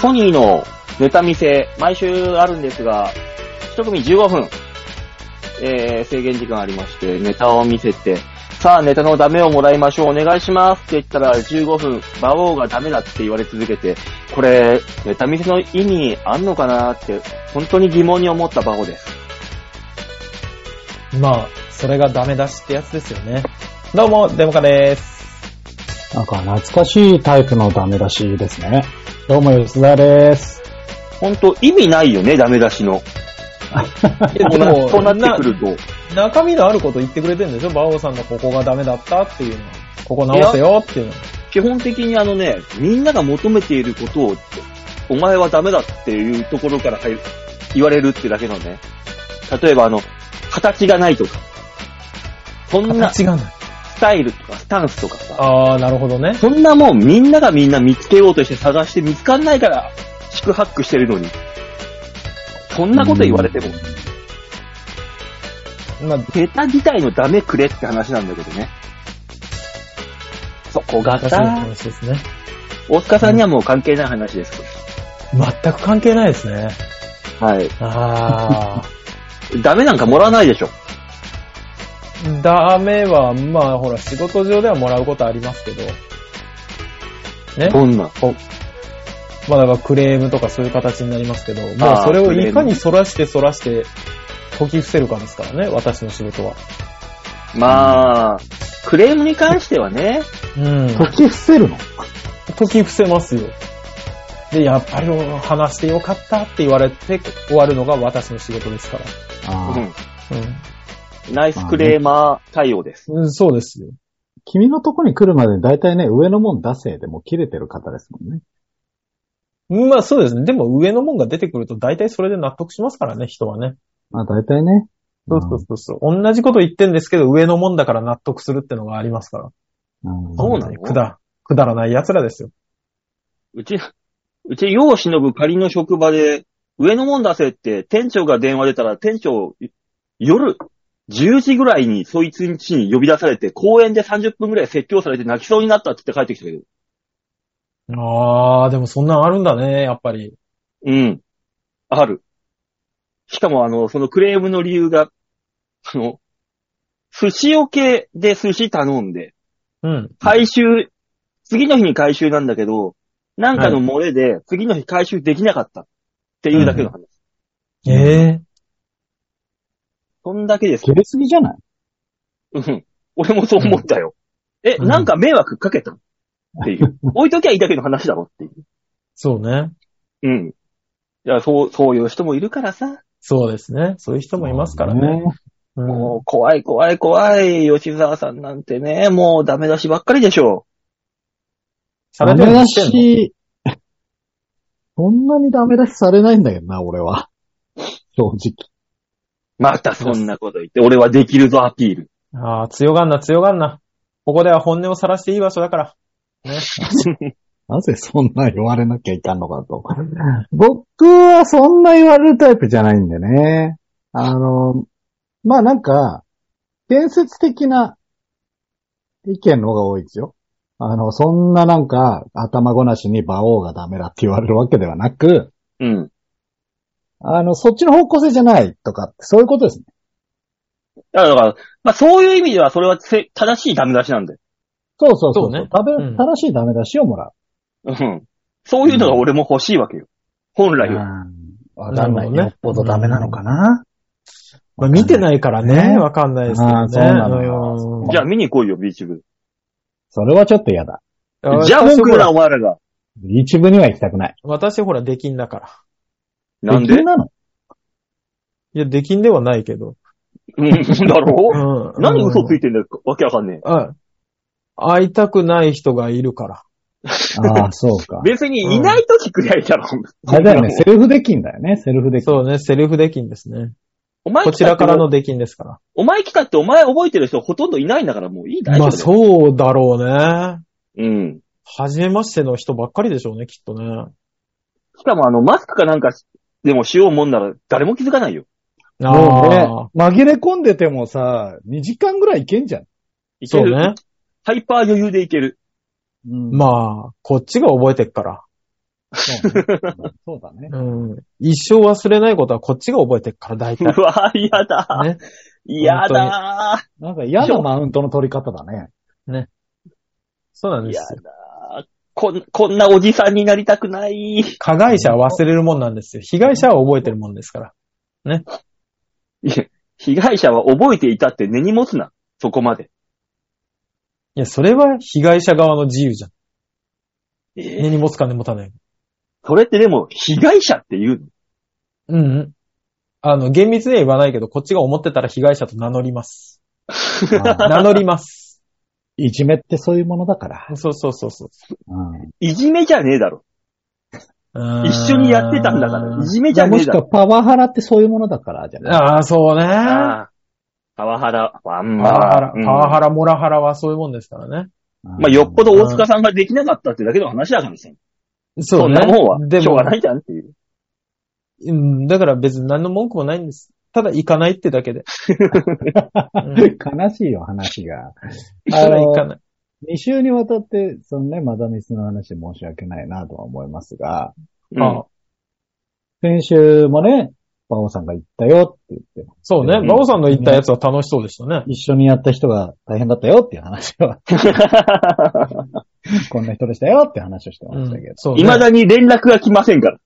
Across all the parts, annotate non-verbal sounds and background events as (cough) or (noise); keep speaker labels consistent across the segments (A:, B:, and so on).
A: ソニーのネタ見せ、毎週あるんですが、一組15分、えー、制限時間ありまして、ネタを見せて、さあ、ネタのダメをもらいましょう、お願いしますって言ったら、15分、馬王がダメだって言われ続けて、これ、ネタ見せの意味あんのかなって、本当に疑問に思った馬王です。
B: まあ、それがダメ出しってやつですよね。どうも、デモカです。
C: なんか懐かしいタイプのダメ出しですね。どうも、吉沢です。
A: ほんと、意味ないよね、ダメ出しの。
B: でも、そうなってくると。中身のあること言ってくれてるんでしょ馬王さんのここがダメだったっていうのは。ここ直せよっていうの
A: 基本的にあのね、みんなが求めていることを、お前はダメだっていうところから言われるってだけのね。例えばあの、形がないとか。
B: そんな。形がない。
A: スタイルとかスタンスとかさ。
B: ああ、なるほどね。
A: そんなもんみんながみんな見つけようとして探して見つかんないから、四苦八苦してるのに。そんなこと言われても。まあ、ベタ自体のダメくれって話なんだけどね。そこがさ、
B: 話ですね。
A: 大塚さんにはもう関係ない話です
B: けど、うん。全く関係ないですね。
A: はい。
B: ああ。
A: ダメなんかもらわないでしょ。
B: (laughs) ダメは、まあほら、仕事上ではもらうことありますけど。
A: ね。どんな
B: まあだからクレームとかそういう形になりますけど、まあそれをいかに反らして反らして解き伏せるかですからね、私の仕事は。
A: まあ、うん、クレームに関してはね。
B: うん。
C: 解き伏せるの
B: 解き伏せますよ。で、やっぱり話してよかったって言われて終わるのが私の仕事ですから。
C: ああ。うん。
A: うん、ナイスクレーマー対応です。
B: うん、そうですよ。
C: 君のとこに来るまでに大体ね、上のもん出せでも切れてる方ですもんね。
B: まあそうですね。でも上のもんが出てくると大体それで納得しますからね、人はね。
C: まあ大体ね。
B: そうそうそうそう、うん、同じこと言ってんですけど、上のもんだから納得するってのがありますから。
A: うん、そうなの
B: くだ、くだらない奴らですよ。
A: うち、うち、よう忍ぶ仮の職場で、上のもん出せって店長が電話出たら、店長、夜、10時ぐらいにそいつんちに呼び出されて、公園で30分ぐらい説教されて泣きそうになったって言って帰ってきたけど。
B: ああ、でもそんなんあるんだね、やっぱり。
A: うん。ある。しかもあの、そのクレームの理由が、あの、寿司おけで寿司頼んで、
B: うん。
A: 回収、次の日に回収なんだけど、なんかの漏れで次の日回収できなかったっていうだけの話。
B: うん、ええー、
A: そんだけです。
C: 切れすぎじゃない
A: うん。俺もそう思ったよ。うん、え、なんか迷惑かけたっていう。置いときゃいいだけの話だろっていう。
B: そうね。
A: うん。いや、そう、そういう人もいるからさ。
B: そうですね。そういう人もいますからね。
A: うねもう、怖い怖い怖い、吉沢さんなんてね、もうダメ出しばっかりでしょ
C: う。ダメ出し、そんなにダメ出しされないんだけどな、俺は。正直。
A: またそんなこと言って、俺はできるぞアピール。
B: ああ、強がんな、強がんな。ここでは本音を晒していい場所だから。
C: ね、なぜそんな言われなきゃいかんのかと。 (laughs) 僕はそんな言われるタイプじゃないんでね。あの、まあなんか、建設的な意見の方が多いですよ。あの、そんななんか頭ごなしに馬王がダメだって言われるわけではなく、
A: うん。
C: あの、そっちの方向性じゃないとか、そういうことですね。
A: だから、まあそういう意味ではそれは正しいダメ出しなんだよ。
C: そうそうそうね。食べ、うん、正しいダメ出しをもら
A: う。うん。そういうのが俺も欲しいわけよ。本来
C: は。わかんないね。よっぽどダメなのかな。
B: まあ、見てないからね、わかんないですけどね。あ
C: そうなのよ。
A: じゃあ見に来いよ、ビーチ部。
C: それはちょっと嫌だ。
A: じゃあ文句な、お前らが。。
C: ビーチ部には行きたくない。
B: 私ほら、出禁だから
A: なんで
C: 出禁なの
B: いや、出禁ではないけど。
A: うん、だろう、うん、何嘘ついてんだよ、わけわかんねえ。
B: うん。会いたくない人がいるから。
A: (laughs)
C: ああ、そうか。
A: 別にいないときくらいだろ。
C: あれだよね、セルフデキンだよね、セルフデキン。
B: そうね、セルフデキンですね。お前こちらからのデキンですから。
A: お前来たってお前覚えてる人ほとんどいないんだからもういいだ
B: まあそうだろう
A: ね。うん。
B: 初めましての人ばっかりでしょうね、きっとね。
A: しかもあの、マスクかなんかでもしようもんなら誰も気づかないよ。
C: ああ。紛れ込んでてもさ、2時間ぐらいいけんじゃん。
A: いけるそうね。ハイパー余裕でいける。
B: うん、まあ、こっちが覚えてっから。
C: そうね (laughs) そうだね。
B: うん。一生忘れないことはこっちが覚えてるか
A: (laughs)
B: ら、大体。
A: うわー、嫌だ。
B: ね。
A: 嫌だ
C: なんか嫌なマウントの取り方だね。
B: そうなん
A: ー。
B: で
A: 嫌
B: すよ。
A: だー。こん、こんなおじさんになりたくない。
B: 加害者は忘れるもんなんですよ。被害者は覚えてるもんですから。
A: いや被害者は覚えていたって根に持つな。そこまで。
B: いや、それは被害者側の自由じゃん。
A: えー
B: 根に持つ金持たない。
A: それってでも、被害者って言うの
B: うんうん。あの、厳密には言わないけど、こっちが思ってたら被害者と名乗
A: (laughs)
B: ります。
C: ああ
B: 名乗ります。
C: いじめってそういうものだから。
B: そうそうそうそう。
C: うん
A: いじめじゃねえだろ。一緒にやってたんだから。いじめ
C: じ
A: じ
C: ゃ
A: ゃ
C: あ
A: ね
C: も
A: え
C: し
A: だ
C: くは
A: ろ。
C: パワハラってそういうものだから、じゃない
B: ああ、そうね。
A: ああパワハラ。パワ
B: パワハラ、パワ
A: ラ。
B: ハラ、モラハラはそういうもんですからね。
C: うん
A: まあ、よっぽど大塚さんができなかったってだけの話だからですよ。
B: そ
A: んなもんは、
B: で
A: しょう
B: も
A: が、ないじゃんっていう。
B: うん、だから別に何の文句もないんです。ただ行かないってだけで。うん
C: (laughs) 悲しいよ、
A: (laughs)
C: 話が。
B: ただ行かない。
C: 2週にわたって、そのね、マダミスの話申し訳ないなとは思いますが、
A: うん
B: ああ
C: 先週もね、バオさんが言ったよって言って、
B: そうね。
C: うん
B: バオさんの言ったやつは楽しそうでしたね。
C: 一緒にやった人が大変だったよっていう話
B: (laughs)
C: は、
A: (laughs)
C: こんな人でしたよって話をしてま
B: う
C: し
B: ん
C: たけど。
B: そうね。
A: 未だに連絡が来ませんから。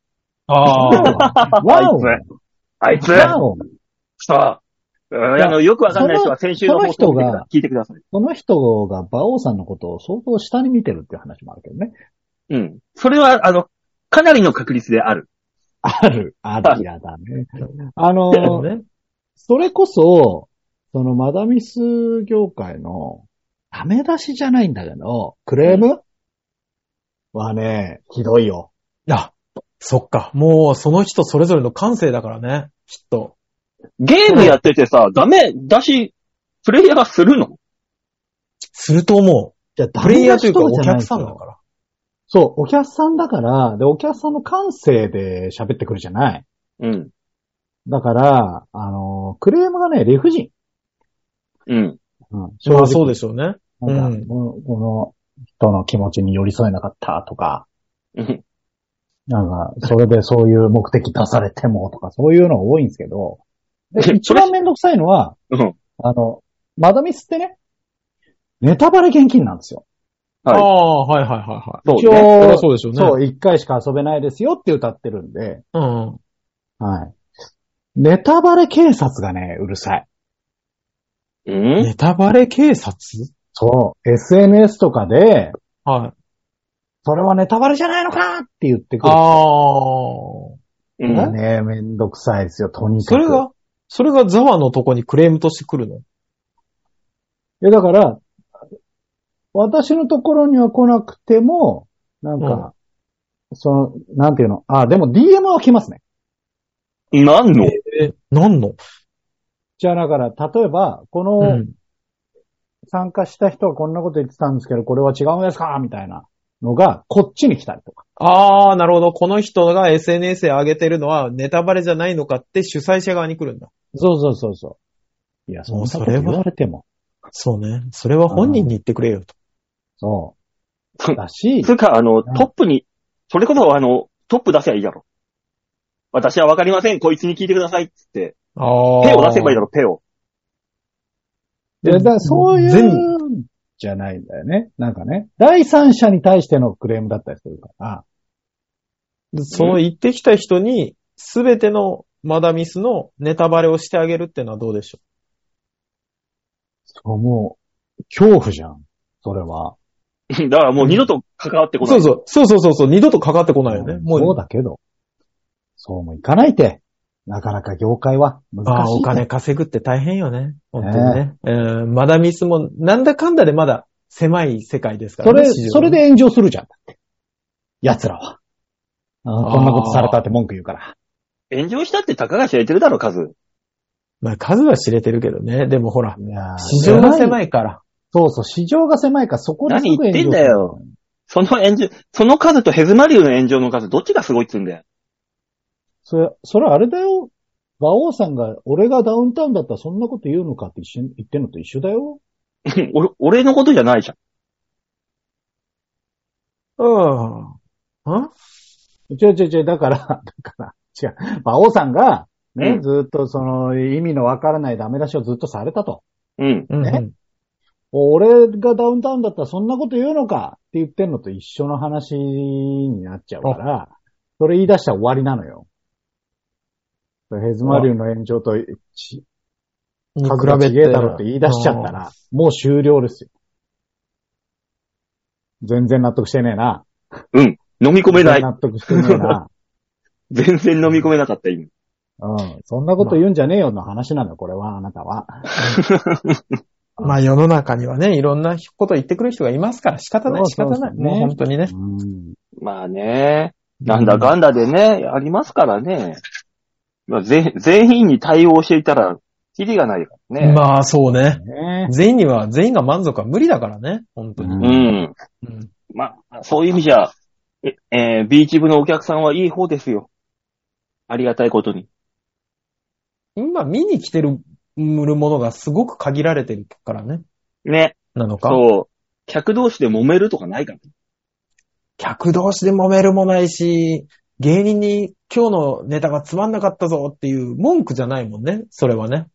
B: ああ。
C: わお
A: あいつ、
C: わお
A: さあ、うんあの、よくわかんない人は先週の放送を見てから聞いてください。
C: この人が馬王さんのことを相当下に見てるっていう話もあるけどね。
A: うん。それは、あの、かなりの確率である。
C: ある。ある。嫌だね。あの、
B: ね。
C: それこそ、そのマダミス業界の、ダメ出しじゃないんだけど、クレームはね、ひどいよ。
B: あ、そっか。もうその人それぞれの感性だからね。きっと。
A: ゲームやっててさ、ダメ出し、プレイヤーがするの
B: すると思
C: じゃあ、
B: う。
C: ダ
B: プレイ
C: メ
B: ヤー
C: 出
B: というか
C: しと
B: お
C: かじゃ
B: 客
C: ないんです
B: さんだ
C: よ。
B: から。
C: そう、お客さんだから、で、お客さんの感性で喋ってくるじゃない。
A: うん。
C: だから、あの、クレームがね、理不尽。
A: うん。
C: うん、
B: まあそうでしょうね。
C: なん
B: う
C: か、
B: ん
C: このこの人の気持ちに寄り添えなかったとか、
A: うん
C: なんか、それでそういう目的出されてもとか、そういうのが多いんですけど、
B: (laughs)
C: で
A: それ
C: 一番めんどくさいのは、
A: うん。
C: あの、マダミスってね、ネタバレ厳禁なんですよ。
A: はい
B: ああ、はいはいはいはい。
A: そう
C: 一
A: ね。
B: そり
C: 応
B: ゃ、そうでしょうね。
C: そう、一回しか遊べないですよって歌ってるんで、
B: うん。
C: はい。ネタバレ警察がね、うるさい。
A: うん
B: ネタバレ警察
C: そう、SNS とかで、
B: はい。
C: それはネタバレじゃないのかって言ってくる。
B: ああ。
A: うん
C: だね、めんどくさいですよ、とにか
B: そ
C: く。
B: れが、それがザワのとこにクレームとして来るの
C: いや、だから、私のところには来なくても、なんか、その、なんていうの、あ、でも DM は来ますね。
A: なんの
B: え、なんの
C: じゃあだから、例えば、こ
B: う
C: の
B: ん。
C: 参加した人はこんなこと言ってたんですけど、これは違うんですかみたいなのが、こっちに来たりとか。
B: ああ、なるほど。この人が SNS で上げてるのはネタバレじゃないのかって主催者側に来るんだ。
C: そうそうそうそう。いや、そん
B: もう
C: な
B: そ
C: こと
B: れは
C: 言われても。
B: そうね。それは本人に言ってくれよと。 (laughs)
C: そう。だし
A: つ、うか、あの、
C: ん
A: トップに、それこそ、あの、トップ出せばいいだろ。私はわかりません。こいつに聞いてください。つって。
B: ああ。
A: ペを出せばいいだろ、ペを。 (laughs)
C: いやだからそうい
B: 全
C: うんじゃないんだよね。なんかね、第三者に対してのクレームだったりするから、
B: その言ってきた人に、すべてのマダミスのネタバレをしてあげるってのはどうでしょ
C: そう、もう、恐怖じゃん。それは。
A: だからもう二度と関わってこ
B: う。
A: な
B: そ
A: い。
B: うそう。そうそうそうそう。二度とかかってこないよね。
C: うん
B: も
C: そう
B: う、
C: だけど。そうもいかないって。なかなか業界は難しい。
B: ああ、お金。稼ぐって大変よね。本当にね。うん。マダミスも、なんだかんだでまだ狭い世界ですか
C: そ
B: らね。
C: れ、
B: 市場
C: それで炎上するじゃん。だって奴らは。あーこんなことされたって文句言うから。
A: 炎上したって高が知れてるだろ、数。
B: まあ数は知れてるけどね。でもほら、
C: いやー
B: 市場が狭
C: い。
B: いから。
C: そうそう、市場が狭いからそこですぐ炎上す
A: 何
C: る
A: 言ってんだよ。その炎上、その数とヘズマリューの炎上の数、どっちがすごいっつうんだよ。 (laughs)
C: それ、それあれだよ。馬王さんが、俺がダウンタウンだったらそんなこと言うのかって一緒に言ってんのと一緒だよ。
A: 俺、俺のことじゃないじゃん。
B: うん。ん
C: 違う違う違う、だから、 (laughs) だから、違う。馬王さんが、ね、
A: うん
C: ずっとその意味のわからないダメ出しをずっとされたと。
A: うん。
B: うんうん。
C: 俺がダウンタウンだったらそんなこと言うのかって言ってんのと一緒の話になっちゃうから、それ言い出したら終わりなのよ。ヘズマリューの炎上と、ち
B: に
C: カズラチゲータロって言い出しちゃった。ら、もう終了ですよ。全然納得してねえな。
A: 飲み込めない。
C: 納得してねえ
A: (laughs)
C: な。
A: 全然飲み込めなかった、今。
C: うん。そんなこと言うんじゃねえよの話なのよ、これは、あなたは。
B: まあ世の中にはね、いろんなこと言ってくる人がいますから仕方ない、仕
C: そ
B: 方
C: うそうそう
B: ない。
C: ね
B: もう本当にね。
C: うん。
A: まあね、なんだかんだでね、ありますからね。まあ、ぜ全員に対応していたら、キリがないからね。
B: まあそうね。
C: ね
B: 全員には、全員が満足は無理だからね、本当に。
C: うん
A: うん。
B: うん
A: まあ、そういう意味じゃ、え、えービーチ部のお客さんはいい方ですよ。ありがたいことに。
B: 今見に来てる、るものがすごく限られてるからね。
A: ね。
B: なのか。
A: そう。客同士で揉めるとかないから。
B: 客同士で揉めるもないし、芸人に今日のネタがつまんなかったぞっていう文句じゃないもんね、それはね。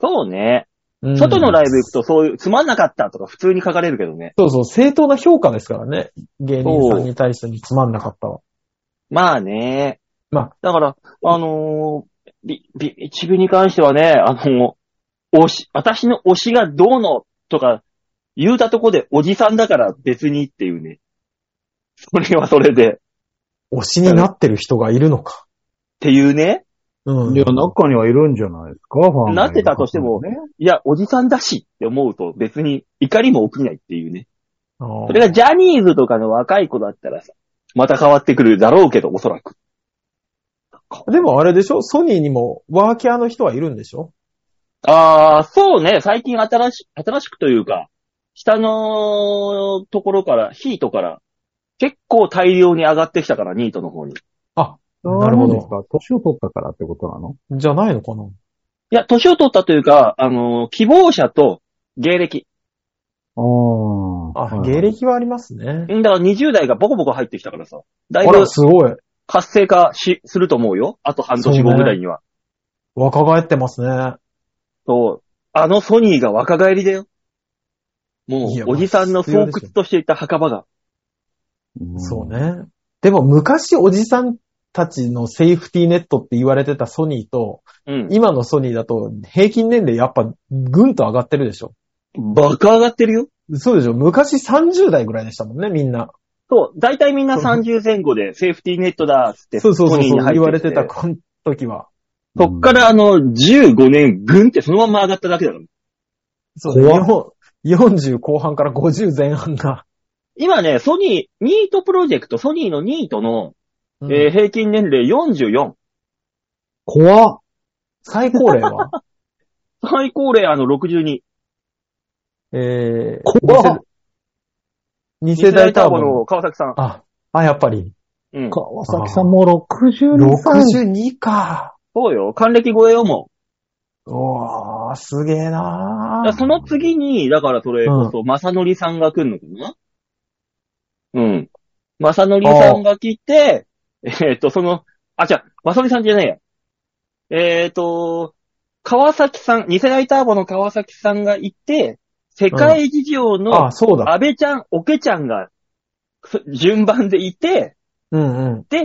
A: そうね。
B: うん
A: 外のライブ行くとそういう、つまんなかったとか普通に書かれるけどね。
B: そうそう、正当な評価ですからね。芸人さんに対してにつまんなかったわ。
A: まあね。
B: まあ。
A: だから、あのー、ビ、ビ、一部に関してはね、あの推し、私の推しがどうのとか、言うたとこでおじさんだから別にっていうね。それはそれで、っ
B: 推しになってる人がいるのか。
A: ていうね。
B: うん。
C: いや、中にはいるんじゃないですか、ファンが
A: なってたとしても
C: ね。
A: いや、おじさんだしって思うと別に怒りも起きないっていうね。
B: あー
A: それがジャニーズとかの若い子だったらさ、また変わってくるだろうけど、おそらく。
B: でもあれでしょソニーにもワーキャーの人はいるんでしょ
A: ああ、そうね。最近新し、新しくというか、下のところから、ヒートから、結構大量に上がってきたから、ニートの方に。い
B: なるほど
C: そうなんですか年を取ったからってことなの
B: じゃないのかな
A: や、年を取ったというか、あのー希望者と芸歴。
C: あ
B: あ、芸歴はありますね。
A: だから20代がボコボコ入ってきたからさ、だい
B: あ
A: ぶ
B: ら、すごい。
A: 活性化し、すると思うよ。あと半年後ぐらいには。
B: 若返ってますね。
A: そう,、あのソニーが若返りだよ。も
B: いや
A: う、おじさんの巣窟としていた墓場が。
B: そう。ね。でも昔おじさんたちのセーフティーネットって言われてたソニーと、
A: うん。
B: 今のソニーだと平均年齢やっぱぐんと上がってるでしょ
A: バカ上がってるよ。
B: そうでしょ昔30代ぐらいでしたもんね、みんな。
A: そう、大体みんな
B: そう
A: 30前後でセーフティーネットだっつって、
B: そうそうそう
A: ソニー
B: そ
A: に
B: う、
A: 入
B: 言われ
A: き
B: てたこの時は。
A: そっからあの、15年、ぐんってそのまま上がっただけだから。
B: そう
C: 怖っ
B: 日本40後半から50前半が。
A: 今ね、ソニー、ニートプロジェクト、ソニーのニートの、
B: うん
A: えー平均年齢44。
C: 怖っ。
B: 最高齢 (laughs) は
A: 最高齢あの62。
B: えー、
C: 怖っ
B: 二世代ターボの。
A: の川崎さん。
B: あ、あ、やっぱり。
A: うん。
C: 川崎さんもう62歳。
B: 62か。
A: そうよ。還暦超えよ、も
B: おー、すげえ
A: う。
B: な
A: だからその次に、だからそれこそ、まさのりさんが来るのかなうん。まさのりさんが来て、えーっと、その、あ、じゃまさのりさんじゃねえや。えーっと、川崎さん、二世代ターボの川崎さんがいて、世界事情の
B: あ、そうだ。
A: 安倍ちゃん、おけちゃんが、そ順番でいて、
B: うんうん。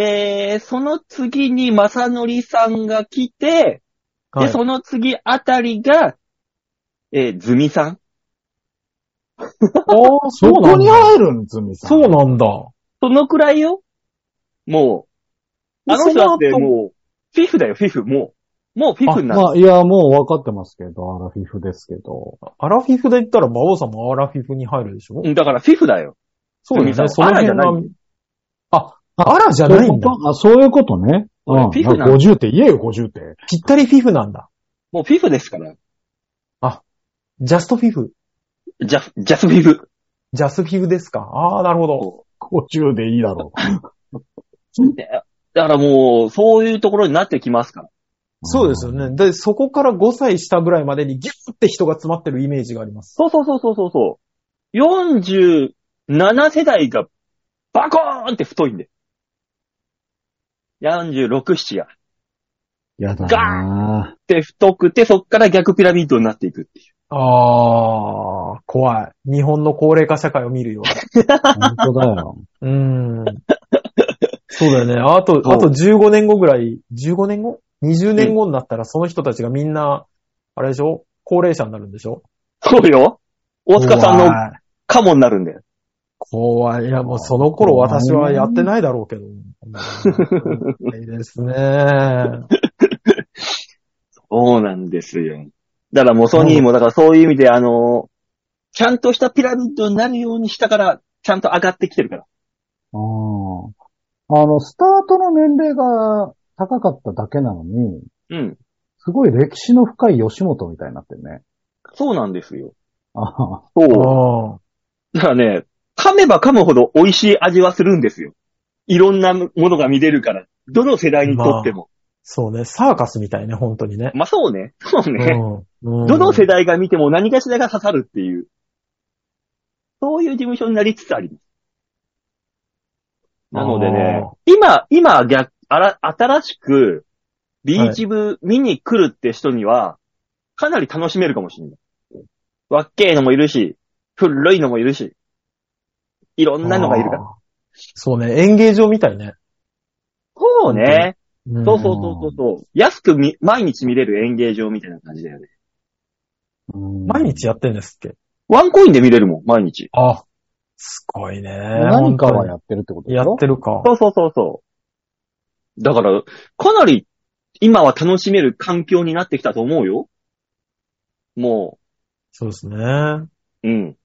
A: えー、その次にまさのりさんが来て、
B: は
A: で、
B: い
A: その次あたりが、えー、ズミさん。
B: ああ、そ
C: そう
B: な
C: こ
B: ん
C: に
B: だ。
C: 入るん、ズミさん。
B: そうなんだ。
A: そのくらいよ。もう。あの人だって
B: その後
A: もう、フィフだよ、フィフ、もう。もうフィフになる。
C: まあ、いや、もう分かってますけど、アラフィフですけど。
B: アラフィフで言ったら、馬王さんもアラフィフに入るでしょ
A: うんだからフィフだよ。
B: そうだ
A: ズミさ
B: よね。
A: ん
B: その辺
A: アラじゃな
B: が
A: い。
B: あ、アラじゃないんだ
C: そういうこ。とあ、そういうことね。
A: 俺
C: うん。
A: フィフなの
C: 50って言えよ、50って。
B: ぴったりフィフなんだ。
A: もうフィフですから。
B: ジャストフィフ。
A: ジャ、ジャスフィフ。
B: ジャスフィフですか。ああ、なるほど。
C: 50でいいだろ
A: だからもう、そういうところになってきますから。
C: う。
B: そうですよね。で、そこから5歳下ぐらいまでにギュッて人が詰まってるイメージがあります。
A: そうそうそうそうそうそう。47世代がバコーンって太いんで。 46、7が。
C: やだな
A: で、太くて、そっから逆ピラミッドになっていくっていう。
B: あー、怖い。日本の高齢化社会を見るよ
C: ぁ。本当だよ。
B: うな。うーん。そうだよね。あと、
A: そう
B: あと15年後ぐらい、15年後 ?20 年後になったら、その人たちがみんな、あれでしょ高齢者になるんでしょ
A: そうよ。大塚さんの
B: 怖い
A: カモになるんだよ。
B: 怖い。いや、もうその頃私はやってないだろうけど。怖いですね。
A: そうなんですよ。だからもうソニーも、だからそういう意味で、あの、ちゃんとしたピラミッドになるようにしたから、ちゃんと上がってきてるから。
C: うんあの、スタートの年齢が高かっただけなのに、
A: うん。
C: すごい歴史の深い吉本みたいになってるね。
A: そうなんですよ。
C: ああ
A: そうう。
B: ん。
A: だからね、噛めば噛むほど美味しい味はするんですよ。いろんなものが見れるから。どの世代にとっても。
B: そうね、サーカスみたいね、本当にね。
A: まあ、そうね。そうね。
B: うんうん
A: どの世代が見ても何かしらが刺さるっていう。そういう事務所になりつつあります。なのでね
B: あー、
A: 今、今逆、あら、新しく、ビーチ部見に来るって人には、かなり楽しめるかもしれない。わっけえのもいるし、古いのもいるし、いろんなのがいるから。
B: あーそうね、演芸場みたいね。
A: そうね。
B: うん
A: そうそうそうそうそう。安くみ、毎日見れる演芸場みたいな感じだよね。
C: うん
B: 毎日やってんですっけ
A: ワンコインで見れるもん、毎日。
B: あ、すごいね。
C: 何かはや
B: 本
C: ってるってこと
B: 当にやってるか。
A: そうそうそうそう。だから、かなり今は楽しめる環境になってきたと思うよ。も
B: そうですね。何
A: う、うん。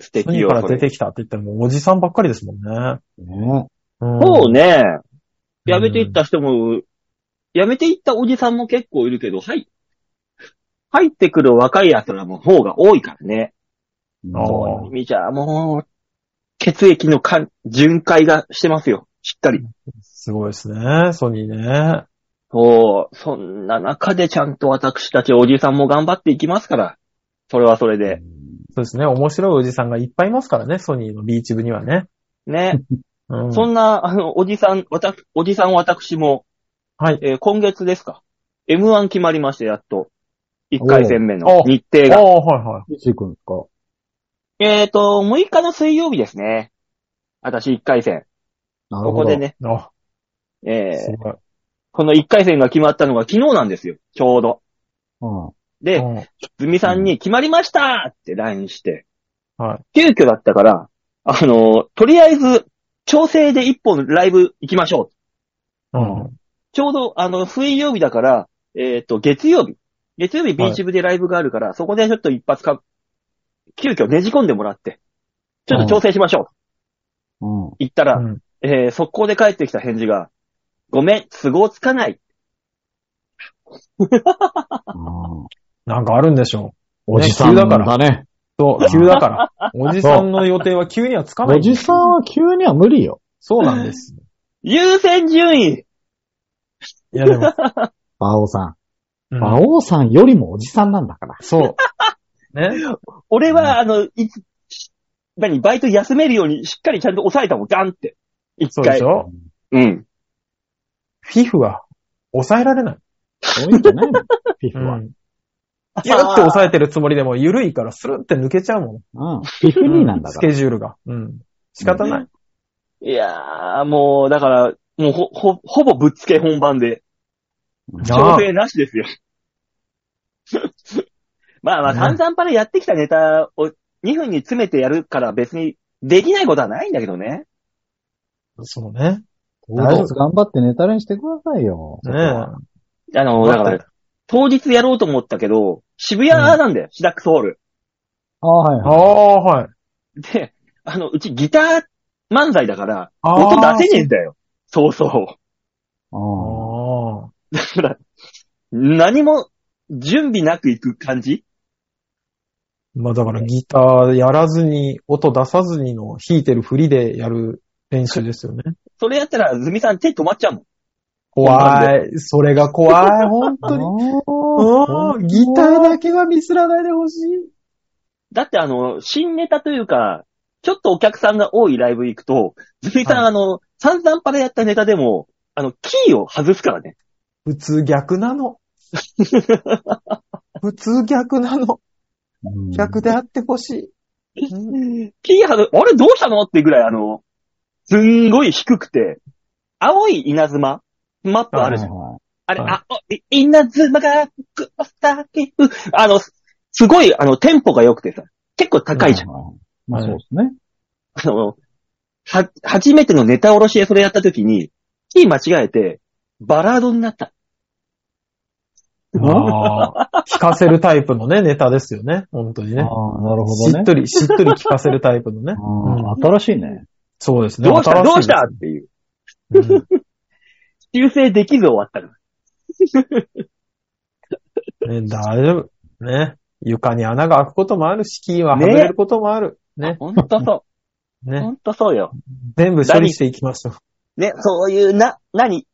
A: 素敵よ
B: か。ら
A: そ
B: 出
A: れ
B: てきたって言っても、おじさんばっかりですもんね。
C: ね。
B: うん
A: そうね。やめていった人も、やめていったおじさんも結構いるけど、はい。入ってくる若い奴らの方が多いからね。
C: うん
B: あ
A: そ
B: ー
A: ういう意味じゃ、もう、血液のかん巡回がしてますよ。しっかり。
B: すごいですね、ソニーね。
A: そう、そんな中でちゃんと私たちおじさんも頑張っていきますから。それはそれで。
B: そうですね、面白いおじさんがいっぱいいますからね、ソニーのビーチ部にはね。
A: ね。
B: うん
A: そんな、あの、おじさん、わた、おじさん私も、
B: はい。
A: えー今月ですか。M1 決まりまして、やっと。1回戦目
B: お
A: の
B: う
A: 日程
B: あ
A: が。
B: あ、はいはい。
C: いつ行くんですか
A: えっ、と、6日の水曜日ですね。私1回戦。
C: なる
A: こ
C: ほ
A: こ
C: ど。
A: でね、
B: あ、
A: え
B: す
A: ー
B: ごい。
A: この1回戦が決まったのが昨日なんですよ。ちょうど。
C: うん。
A: で、
B: うん
A: ズミさんに決まりましたって LINE して、
B: は
A: 急遽だったから、あの、とりあえず、調整で一本ライブ行きましょう。
B: うん。
A: ちょうど、あの、水曜日だから、えっ、と、月曜日。月曜日ビーチ部でライブがあるから、そこでちょっと一発か、急遽ねじ込んでもらって、ちょっと調整しましょう。
C: うん。
A: 言ったら、
B: うん
A: えー速攻で帰ってきた返事が、ごめん、都合つかない。
C: うん
B: なんかあるんでしょ
C: おじさん
B: ね急だから
C: だね。
B: う。そう、急だから。 (laughs) おじさんの予定は急にはつかない。
C: おじさんは急には無理よ。
B: そうなんです。
A: 優先順位
B: いやでも、
C: 馬王さ。
B: うんん
C: 馬王さんよりもおじさんなんだから。
B: そう。 (laughs) ね。
A: 俺は、あの、いつ、し何、バイト休めるようにしっかりちゃんと抑えたもん、ガンって。一
B: そうで
A: 回。
B: しょ
A: うん。
B: フィフは、抑えられない。
C: そういうんじゃないのフィフは。
B: ギュッと抑えてるつもりでも、緩いからスルって抜けちゃうもん。
C: うん。フィフニーなんだ
B: ス
C: から。
B: ケジュールが。うん。仕方ない。
A: いやー、もう、だから、もうほ、ほ、ほぼぶっつけ本番で、
B: あ
A: 調整なしですよ。 (laughs) まあまあ、
B: ね
A: 散々パラやってきたネタを2分に詰めてやるから別にできないことはないんだけどね。
B: そうね。
C: 当日頑張ってネタ練してくださいよ。
B: ね
A: あの、だか
B: だっ
A: ら、当日やろうと思ったけど、渋谷なんだよ、シダックスホール。
C: ああ、はい
B: あ
C: はい。
B: あ、はい。
A: で、あの、うちギター漫才だから、
B: あ
A: 音
B: あ。
A: 出せねえんだよ。そうそう。
C: うん
B: ああ。
A: だから、何も準備なく行く感じ
B: まあだからギターやらずに、音出さずにの弾いてる振りでやる練習ですよね。
A: それやったら、ズミさん手止まっちゃうもん。
B: 怖い。それが怖い。本当に。
C: あー
B: ギターだけはミスらないでほしい。
A: だってあの、新ネタというか、ちょっとお客さんが多いライブ行くと、ズミさん、
B: はい
A: あの、散々パラやったネタでも、あの、キーを外すからね。
B: 普通逆なの。普通逆なの。
C: うん
B: 逆であってほし
A: キ
B: い。
A: ー外、あれどうしたのってぐらい、あの、すんごい低くて、青い稲妻マップあるじゃん。
C: はいはい
A: あれ、
B: はい
A: あ、おい稲妻が、くっさき、うあの、すすごい、あの、テンポが良くてさ、結構高いじゃん。
C: はいはいまあそうですね。
A: あの、は、初めてのネタおろしでそれやった時に、キー間違えて、バラードになった。
B: ああ、聞かせるタイプのね、ネタですよね。本当にね。
C: ああ、なるほ
B: し
C: ど
B: っ
C: ね。
B: とり、しっとり聞かせるタイプの
C: (laughs)
B: ね。
C: あー新しいね。
B: そうですね。
A: どうした
B: 新
A: どう
B: いです
A: したっていう。
B: うん
A: 修正できず終わ
B: (laughs)
A: ったから。
B: ね、大丈夫。ね。床に穴が開くこともあるし、キーは外れることもある。ね。
A: ほんとそ
B: ね
A: う。ほんとそうよ。
B: 全部処理していきましょう。
A: ね、そういうな、何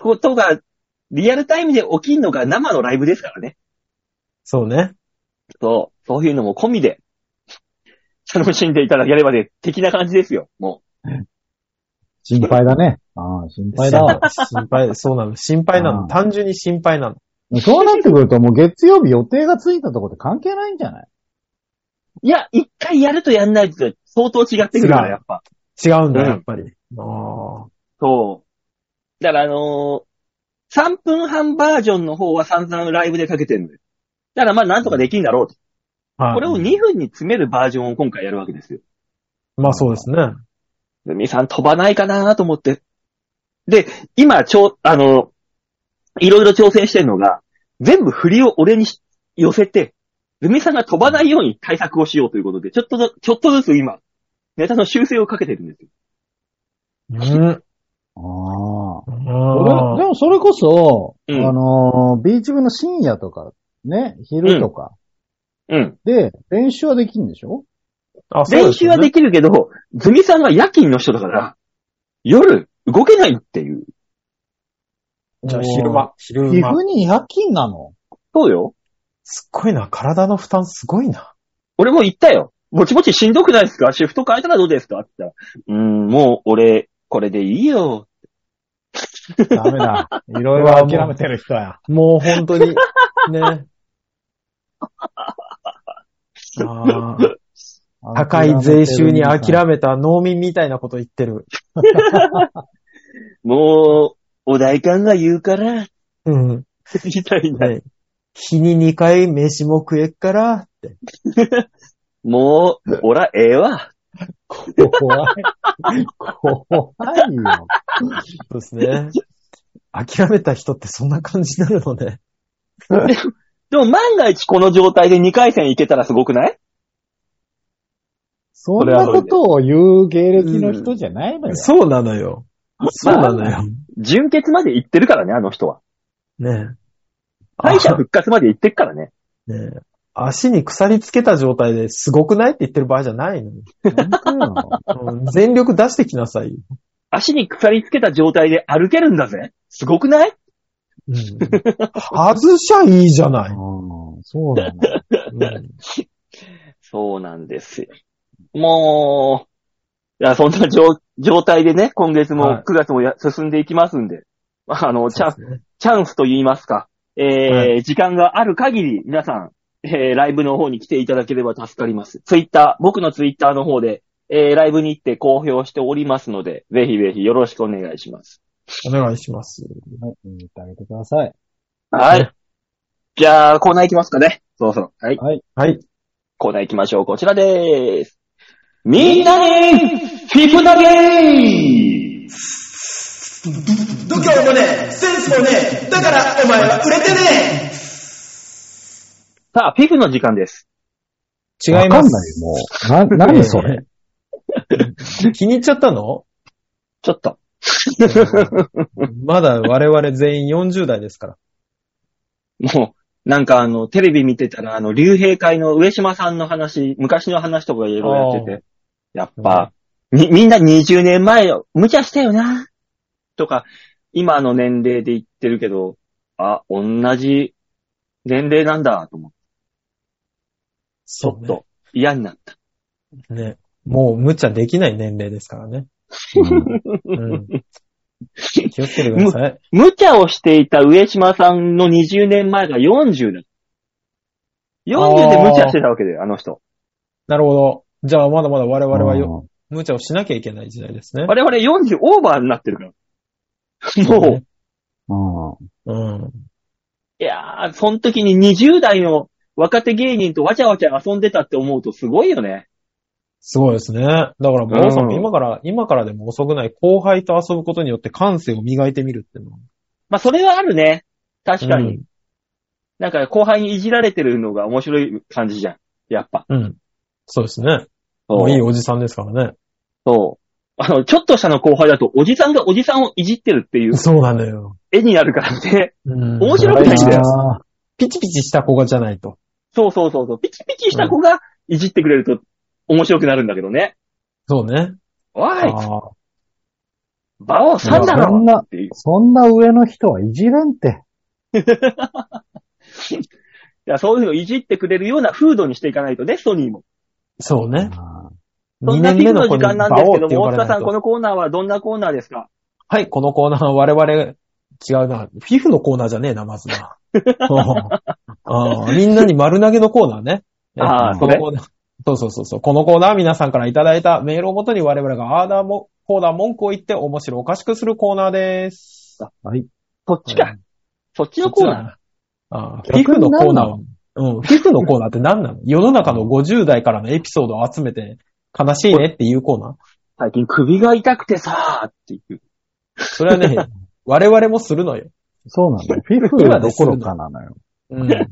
A: ことが、リアルタイムで起きんのが生のライブですからね。
B: そうね。
A: そう、そういうのも込みで、楽しんでいただければで、的な感じですよ、も。
C: 心配だね。ああ、心配だわ。
B: 心配、そうなの。心配な
C: あ
B: の。
C: ー
B: 単純に心配なの。
C: そうなってくるともう月曜日予定がついたところで関係ないんじゃないう
A: いや、一回やるとやんないと相当違ってくるから、やっぱ。
B: 違うんだ、
A: うん
B: やっぱり。あ
A: そう。だからあのー、3分半バージョンの方は散々ライブでかけてるのよ。だからまあなんとかできんだろうと。
B: あ。はい
A: これを2分に詰めるバージョンを今回やるわけですよ。
B: まあそうですね。
A: ルミさん飛ばないかなと思って。で、今、ちょ、あの、いろいろ挑戦してるのが、全部振りを俺にし寄せて、ルミさんが飛ばないように対策をしようということで、ちょっとず、ちょっとずつ今、ネタの修正をかけてるんですよ。
B: うん。
C: ああ。
B: うん
C: 俺でもそれこそ、
A: うん
C: あのー、ビーチ部の深夜とか、ね、昼とか、
A: うん。
C: で、練習はできるんでしょ
B: あそう
A: 練
B: す
A: 習
B: よ
A: は
B: ね
A: できるけど、ズミさんは夜勤の人だから、夜、動けないっていう。
B: じゃあ昼間。
C: おー。
B: 昼
C: 岐
B: 間
C: 阜。に夜勤なの
A: そうよ。
B: すっごいな。体の負担すごいな。
A: 俺も言ったよ。ぼちぼちしんどくないですかシフト変えたらどうですかって言ったら、うーん、もう俺、これでいいよ。
C: ダ
B: (laughs)
C: メだ。いろ
B: いろ諦め
C: てる人や。
B: もう本 (laughs) 当に。ね。あー高い税収に諦めた農民みたいなこと言ってる。
A: もう、お代官が言うから、
B: うん。
A: みたいな。
B: ね日に2回飯も食えっから、って。
A: もう、おら、ええ (laughs) わ。
C: め。怖い。 (laughs) 怖いよ。
B: そうです (laughs) ね。諦めた人ってそんな感じになるのね。
A: でも万が一この状態で2回戦いけたらすごくない
C: そんなことを言う芸歴の人じゃないのよ。
B: そうなのよ。そうなの
A: まあ
B: よ。
A: 純潔まで行ってるからね、あの人は。
B: ね
A: 敗者復活まで行ってるからね。
B: え。ねえ足に鎖つけた状態ですごくないって言ってる場合じゃないのよ。
C: 本当よ
B: うん全力出してきなさいよ。
A: 足に鎖つけた状態で歩けるんだぜ。すごくない
B: うん、外しゃいいじゃない。
C: うんそうだね。
B: うん
A: そうなんですよ。もう、いや、そんな状状態でね、今月
B: は
A: も9
B: い
A: 月もや、進んでいきますんで。あの、チャンス、チャンスと言いますか、えー
B: は
A: 時間がある限り、皆さん、えーライブの方に来ていただければ助かります。ツイッター、僕のツイッターの方で、えーライブに行って公表しておりますので、ぜひぜひよろしくお願いします。
B: お願いします。
C: はい、言ってあげてください。
A: はい。じゃあ、コーナー行きますかね。そろそろ。はい。
B: はい。
A: コーナー行きましょう。こちらでーす。みんなに、フィプ投げ
D: 度胸もねえ、センスもねえ、だからお前は売れてねえ
A: さあ、フィフの時間です。
B: 違い
C: わか
B: ま
C: ん
B: す。
C: ないよ、もう。
B: (laughs)
C: な、何それ。
B: 気に入っちゃったの
A: ちょっと。
B: まだ我々全員40代ですから。
A: もう、なんかあの、テレビ見てたら、あの、竜兵会の上島さんの話、昔の話とかいろいろやってて、やっぱ、み、みんな20年前よ、無茶したよな、とか、今の年齢で言ってるけど、あ、同じ年齢なんだ、と思って、ち
B: そ
A: ょっと嫌になった。
B: ね。もう無茶できない年齢ですからね。
C: うん
B: うん。気をつけてく
C: (laughs)
B: ださい。
A: 無茶をしていた上島さんの20年前が40だ。40で無茶してたわけだよ、あの人。
B: なるほど。じゃあ、まだまだ我々はよ、
C: よ。
B: 無茶をしなきゃいけない時代ですね。
A: 我々40オーバーになってるから。もう、
C: うん。
B: うん。
A: いやー、その時に20代の若手芸人とわちゃわちゃ遊んでたって思うとすごいよね。
B: すごいですね。だから、馬王さんも
A: うん
B: 今から、今からでも遅くない後輩と遊ぶことによって感性を磨いてみるっていうのは。
A: まあ、それはあるね。確かに。
B: うん
A: なんか後輩にいじられてるのが面白い感じじゃん。やっぱ。
B: うん。そうですね。
A: そう
B: もういいおじさんですからね。
A: そう。あの、ちょっとしたの後輩だと、おじさんがおじさんをいじってるっていう
B: そうなんだよ。
A: 絵になるからね。
B: うん。
A: 面白くないんだよ
B: ピチピチした子がじゃないと。
A: そうそうそうそう。ピチピチした子がいじってくれると面白くなるんだけどね。
B: そうね。
A: おい、
B: ああ。
A: 馬王さんだ
C: いやそ
A: ろ
C: んな
A: っていう。
C: そんな上の人はいじれんって。
A: いや、そういうのをいじってくれるような風土にしていかないとね、ソニーも。
B: そうね。
A: そ
B: 2
A: んな
B: 年
A: ピ
B: 目
A: ンの
B: の子
A: 時
B: に
A: 間なん
B: 馬
A: です
B: 王
A: け
B: って
A: ど
B: 呼
A: も、
B: ば
A: 大
B: れ
A: 塚
B: な
A: さ
B: い
A: ん、
B: と
A: このコーナーはどんなコーナーですか
B: はい、このコーナーは (laughs) 我々、違うな。皮膚のコーナーじゃねえな、まずな。ああみんなに丸投げのコーナーね。
A: ああ
B: このコーナー。そうそうそうそう。このコーナーは皆さんからいただいたメールをもとに我々がアーダーも、コーナー文句を言って面白おかしくするコーナーです。
C: はい。
A: そっちか。そっちのコーナー。
B: ああ皮膚のコーナーは
C: 逆、
B: うん、皮膚のコーナーって何なの世の中の50代からのエピソードを集めて、悲しいねっていうコーナー
A: 最近首が痛くてさーっていう。
B: それはね、我々もするのよ。
C: そうなんだよ。フィフがどころかなのよ。
B: うん。
A: え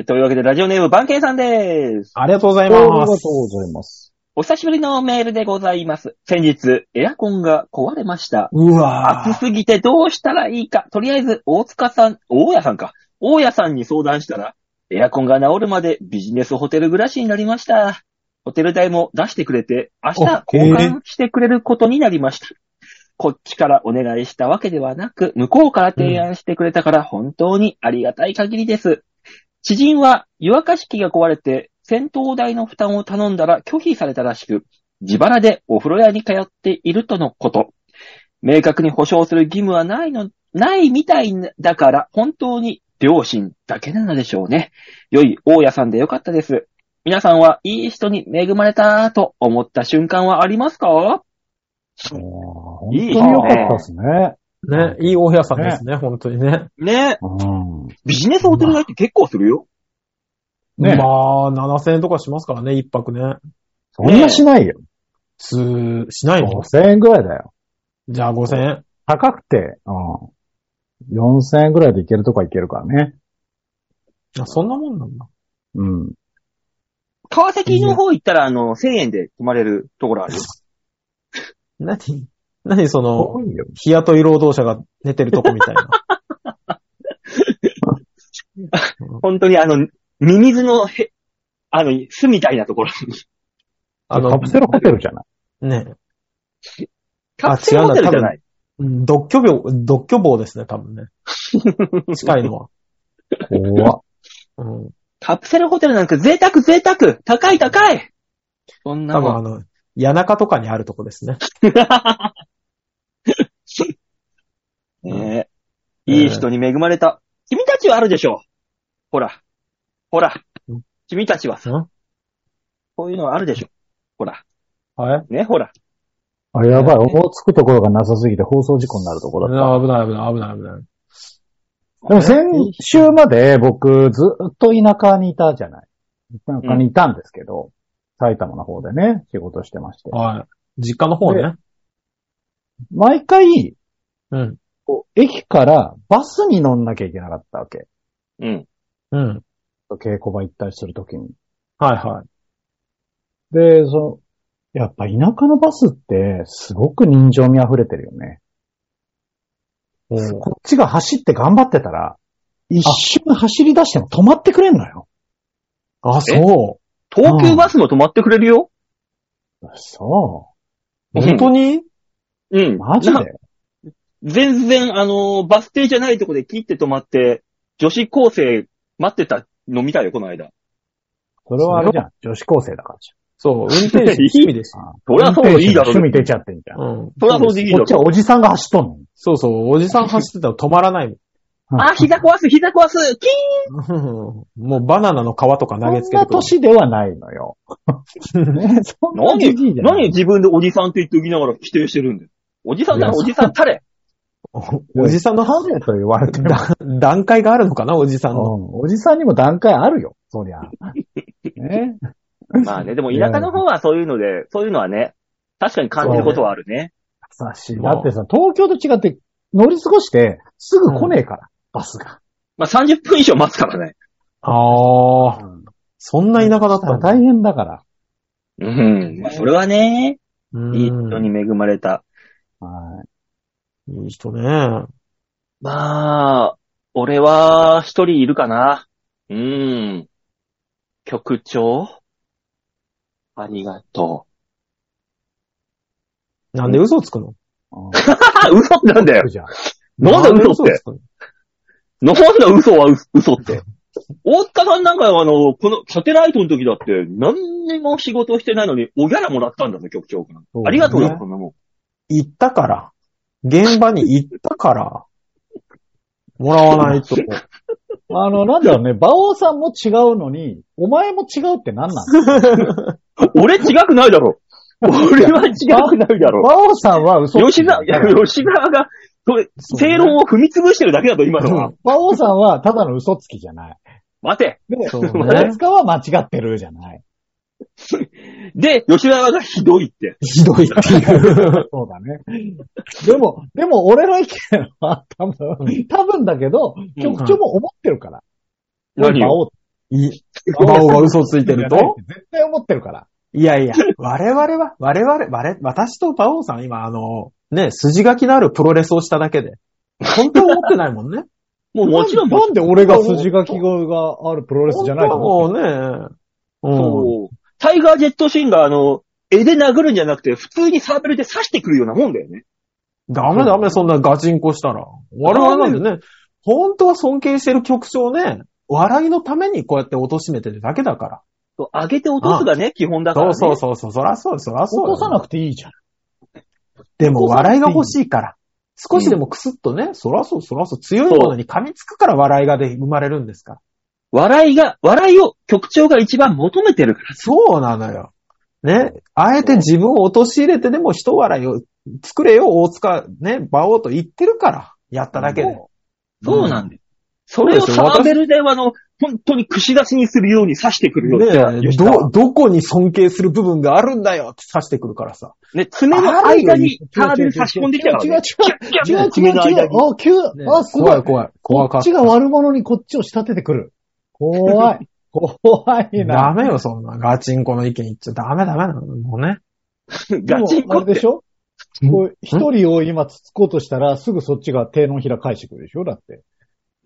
A: ー、というわけで、ラジオネーム、番犬さんでーす。
B: ありがとうござ
C: あ
B: い
C: りが
B: ま
C: と
B: す。
C: うございます。
A: お久しぶりのメールでございます。先日、エアコンが壊れました。
B: う
A: 暑
B: わぁ。
A: すぎてどうしたらいいか。とりあえず、大塚さん、大家さんか。大家さんに相談したら、エアコンが治るまでビジネスホテル暮らしになりました。ホテル代も出してくれて、明日交換してくれることになりました。こっちからお願いしたわけではなく、向こうから提案してくれたから本当にありがたい限りです。知人は湯沸かし器が壊れて、戦闘台の負担を頼んだら拒否されたらしく、自腹でお風呂屋に通っているとのこと。明確に保証する義務はないの、ないみたいだから、本当に両親だけなのでしょうね。良い大家さんでよかったです。皆さんはいい人に恵まれたと思った瞬間はありますか
C: あー本当
A: いい
C: に
A: ですね
C: 良かったですね。
B: ね、いいお部屋さんですね、本当にね。
A: ね
C: うん。
A: ビジネスホテル代って結構するよ。
C: ね
B: まあ、7000円とかしますからね、一泊ね。
C: そんなしないよ。
B: す、しないの
C: 5000円ぐらいだよ。
B: じゃあ5000円。
C: 高くて、うん。4000円ぐらいでいけるとこはいけるからね。
B: あそんなもんなんだ。
C: うん。
A: 川崎の方行ったら、あの、1000円で泊まれるところあるよ。
B: 何 (laughs) 何その、
C: いよ。
B: 日雇い労働者が寝てるとこみた (laughs) いな。
A: 本当にあの、ミミズのへ、あの、巣みたいなところに。
B: あ
C: カ
B: の
C: プ、セルホテルじゃない。
B: ね、
A: カプセルホテルじゃない。
B: うん独居病、独居房ですね、多 (laughs) 分ね。近いのは。
C: 怖っ。
B: うん。
A: カプセルホテルなんか贅沢贅沢高い高いそんな
B: 多分あ
A: もん。
B: の、谷中とかにあるとこですね。
A: ねえいい人に恵まれた。君たちはあるでしょほら。ほら
B: うん。
A: 君たちは
B: うん
A: さ。こういうのはあるでしょほら。
B: (laughs) はい。
A: ね、ほら。
C: あれやばい。思いつくところがなさすぎて放送事故になるところだった。
B: 危ない危ない危ない危ない。
C: でも先週まで僕ずっと田舎にいたじゃない。田舎にいたんですけど、埼玉の方でね、仕事してまして。
B: はい。実家の方ね。
C: 毎回、
B: うん。
C: こう駅からバスに乗んなきゃいけなかったわけ。
A: うん。
B: うん。
C: 稽古場行ったりするときに。
B: はいはい。
C: で、その、やっぱ田舎のバスってすごく人情味溢れてるよね。
B: うん
C: こっちが走って頑張ってたら、一瞬走り出しても止まってくれんのよ。
B: あ、そ。
A: 東急バスも止まってくれるよ
C: そう
B: 本当に
A: うん。
C: う。マジで
A: な全然、あのーバス停じゃないとこで切って止まって、女子高生待ってたの見たよ、この間。
C: それはあれじゃん。女子高生だからじ
B: そう、運転手趣味 (laughs) です。
A: そりゃそういいだろ。
C: 趣味出ちゃってんじゃん。
B: うん。
A: そりゃそうでいいだ
C: こっち
A: ろ。
C: はおじさんが走っとんの。
B: そうそう、おじさん走ってたら止まらないもん。
A: あ、膝壊す、膝壊す、キーン
B: (laughs) もうバナナの皮とか投げつけて
C: そんな
B: くる。
C: 年ではない
B: (laughs)
C: のよ。ね、そんなじじ
A: 何
C: いじゃない
A: 何自分でおじさんって言っておきながら否定してるんだよ。おじさんならおじさんたれ。
B: おじさんの
C: 何でと言われても。
B: だ段階があるのかな、おじさん
C: う
B: の。
C: んおじさんにも段階あるよ、そり
B: (laughs)
C: ゃ。ね。
A: まあね、でも田舎の方はそういうので、そういうのはね、確かに感じることはあるね。
C: 優しい。
B: ま
C: だ
B: あ
C: ってさ、東京と違って乗り過ごしてすぐ来ねえから、バスが。
A: まあ30分以上待つからね。
B: ああ、そんな田舎だったんだ
C: 大変だから。
A: うん。まあそれはね、
B: うん
A: いい人に恵まれた。
C: はい
B: い人ね。
A: まあ、俺は一人いるかな。うん。局長ありがと
B: なんで嘘つくの
C: うん
A: う。あ、 (laughs) 嘘ってなんだよ。
C: じゃあ
A: なんだ嘘っ
B: なんで
A: て。
B: つくの
A: なんだ嘘は嘘嘘 (laughs) って。大塚さんなんかはあの、このサテライトの時だって何にも仕事してないのにおギャラもらったんだね、局長から。
C: そう
A: ありがとうよ
C: ね、
A: そんなもん。
B: 行ったから。現場に行ったから。もらわない (laughs) と。
C: あの、なんだろうね、馬王さんも違うのに、お前も違うって何なの
A: 俺違くないだろ。俺は違くないだろ。
C: 馬王さんは嘘つ
A: 吉
C: きだ
A: 沢、
C: か
A: いや
C: ら。
A: 吉沢が、それ、
B: そうね
A: 正論を踏み潰してるだけだと、今のは。
C: 馬王さんはただの嘘つきじゃない。
A: 待て。
C: で、
B: そう
C: 大
B: ね。
C: 塚は間違ってるじゃない。
A: で、吉沢がひどいって。
B: ひどいって (laughs) いう。
C: そうだね。でも、でも俺の意見は多分、多分だけど、
A: うん
C: 局長も思ってるから。
A: 何
C: 馬
A: を
C: 王
B: い、馬王が嘘ついてると
C: 絶対思ってるから。
B: いやいや、我々は、我々、我々、私と馬王さん、今、あの、ね、筋書きのあるプロレスをしただけで。本当は思ってないもんね。
A: もうもちろん、
C: なんで俺が筋書きがある (laughs) プロレスじゃないと思って
B: 本当はもうね。
A: そうタイガージェットシーンが、あの、絵で殴るんじゃなくて、普通にサーベルで刺してくるようなもんだよね。
B: うん。ダメダメ、そんなガチンコしたら。我々なんでね、本当は尊敬してる局長ね、笑いのためにこうやって貶としめてるだけだから。
A: そう上げて落とすがね、基本だから、
B: そ
A: ね。
B: うそうそうそう、そらそう、そらそう
C: 落
B: よ。
C: とさなくていいじゃん。
B: でも
C: 落とさなくてい
B: 笑
C: い
B: いが欲しいから。少しでもクスッとね、そらそう、そらそう、強いものに噛みつくから笑いがで生まれるんですから。
A: 笑いが、笑いを局長が一番求めてるから。
B: そうなのよ。ね。あえて自分を陥れてでも人笑いを作れよ、大塚、ね、馬王と言ってるから。やっただけで。
A: そうなんだよ。それを
B: そうですよ
A: サーベルで、あの、本当に串出しにするように刺してくるような。
B: ね
A: 吉田
B: ど、
A: は
B: どこに尊敬する部分があるんだよって刺してくるからさ。
A: ね、爪の間にサーベル差し込んできたから、ね。
C: 違う違う違う違う違う違う違う。あ、急、
B: ね
C: あ、すごい。
B: 怖い。
C: こ
B: 怖か
C: っ
B: っ
C: ちが
B: た。
C: 悪者にこっちを仕立ててくる。怖い。怖い
B: ダ
C: な。
B: メよ、そんな。ガチンコの意見言っちゃダメダメなの。もうね。
C: で
A: ガ
C: も
A: チンコ
C: あ
A: っ
C: れで
A: て
C: し。ょこう一人を今つつこうとしたら、すぐそっちが手のひら返してくるでしょだって。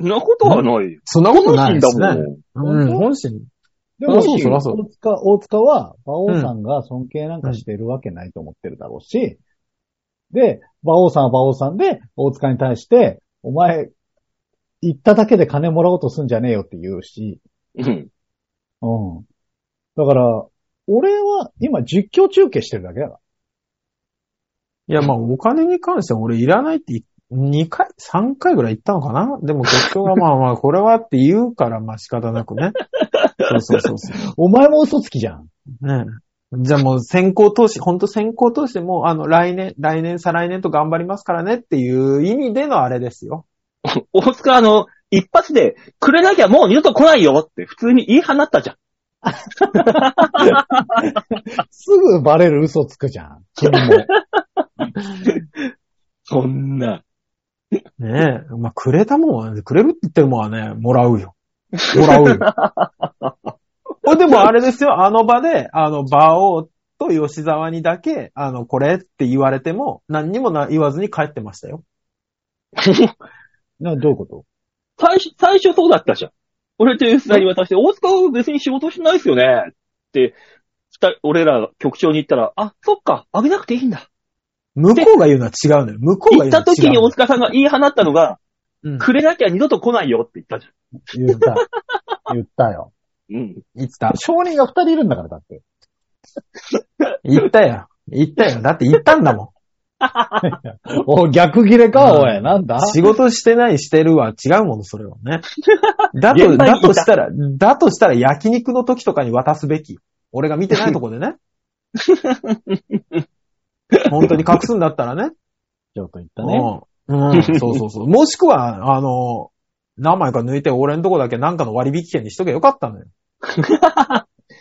A: そんなことはないよ。
B: そんなことないですね。
C: もん
B: うん、本心。そ
C: でも、
B: らそうそらそう
C: 大塚、大塚は、馬王さんが尊敬なんかしてるわけないと思ってるだろうし、で、馬王さんは馬王さんで、大塚に対して、お前、行っただけで金もらおうとすんじゃねえよって言うし、
A: うん。
C: うん。だから、俺は今実況中継してるだけだか
B: いや、まあ、お金に関しては俺いらないってい、2回、3回ぐらい言ったのかなでも、結局はまあまあ、これはって言うから、まあ仕方なくね。そうそうそうそ
C: ら。お前も嘘つきじゃん。
B: う。ねえじゃあもう先行投資、ほんと先行投資でもう、あの、来年、来年、再来年と頑張りますからねっていう意味でのあれですよ。
A: 大塚、あの、一発で、くれなきゃもう二度と来ないよって普通に言い放ったじゃん。
C: すぐバレる嘘つくじゃん。君も。
A: そん
B: (laughs)
A: な。
B: ねえ。まあ、くれたもんは、くれるって言ってるもんはね、もらうよ。も
A: (laughs)
B: らうよ。おでもあれですよ、あの場で、あの、馬王と吉沢にだけ、あの、これって言われても、何にもな言わずに帰ってましたよ。
C: などういうこと
A: 最初、最初そうだったじゃん。俺と吉沢に渡して、大塚は別に仕事してないっすよね。って、二人、俺ら局長に言ったら、あ、そっか、あげなくていいんだ。
B: 向こうが言うのは違うのよ。向こうが
A: 言っ
B: 言うの
A: た
B: は違う
A: 時
B: の
A: に
B: よ。
A: 大塚さんが言い放ったのが、
B: うん
A: くれなきゃ二度と来ないよって言ったじ
C: 言 (laughs) った。言ったよ。
A: ゃん。うん。
B: 言ってた。
C: 証人が二人いるんだから、だって。
B: 言ったよ。言ったよ。だって言ったんだも
C: (laughs) お、逆切れか、
B: うん
C: おい。なんだ
B: ん。仕事してないしてるは違うもの、それは
A: (laughs)
B: ね。だ
A: 現場に
B: と、
A: いた
B: だとしたら、だとしたら焼肉の時とかに渡すべき。俺が見てないと
A: (laughs)
B: こでね。本当に隠すんだったらね。
C: ちょっと言ったね。
B: うん。うん、そうそうそう。もしくは、あの、何枚か抜いて俺のとこだけなんかの割引券にしとけばよかったのよ。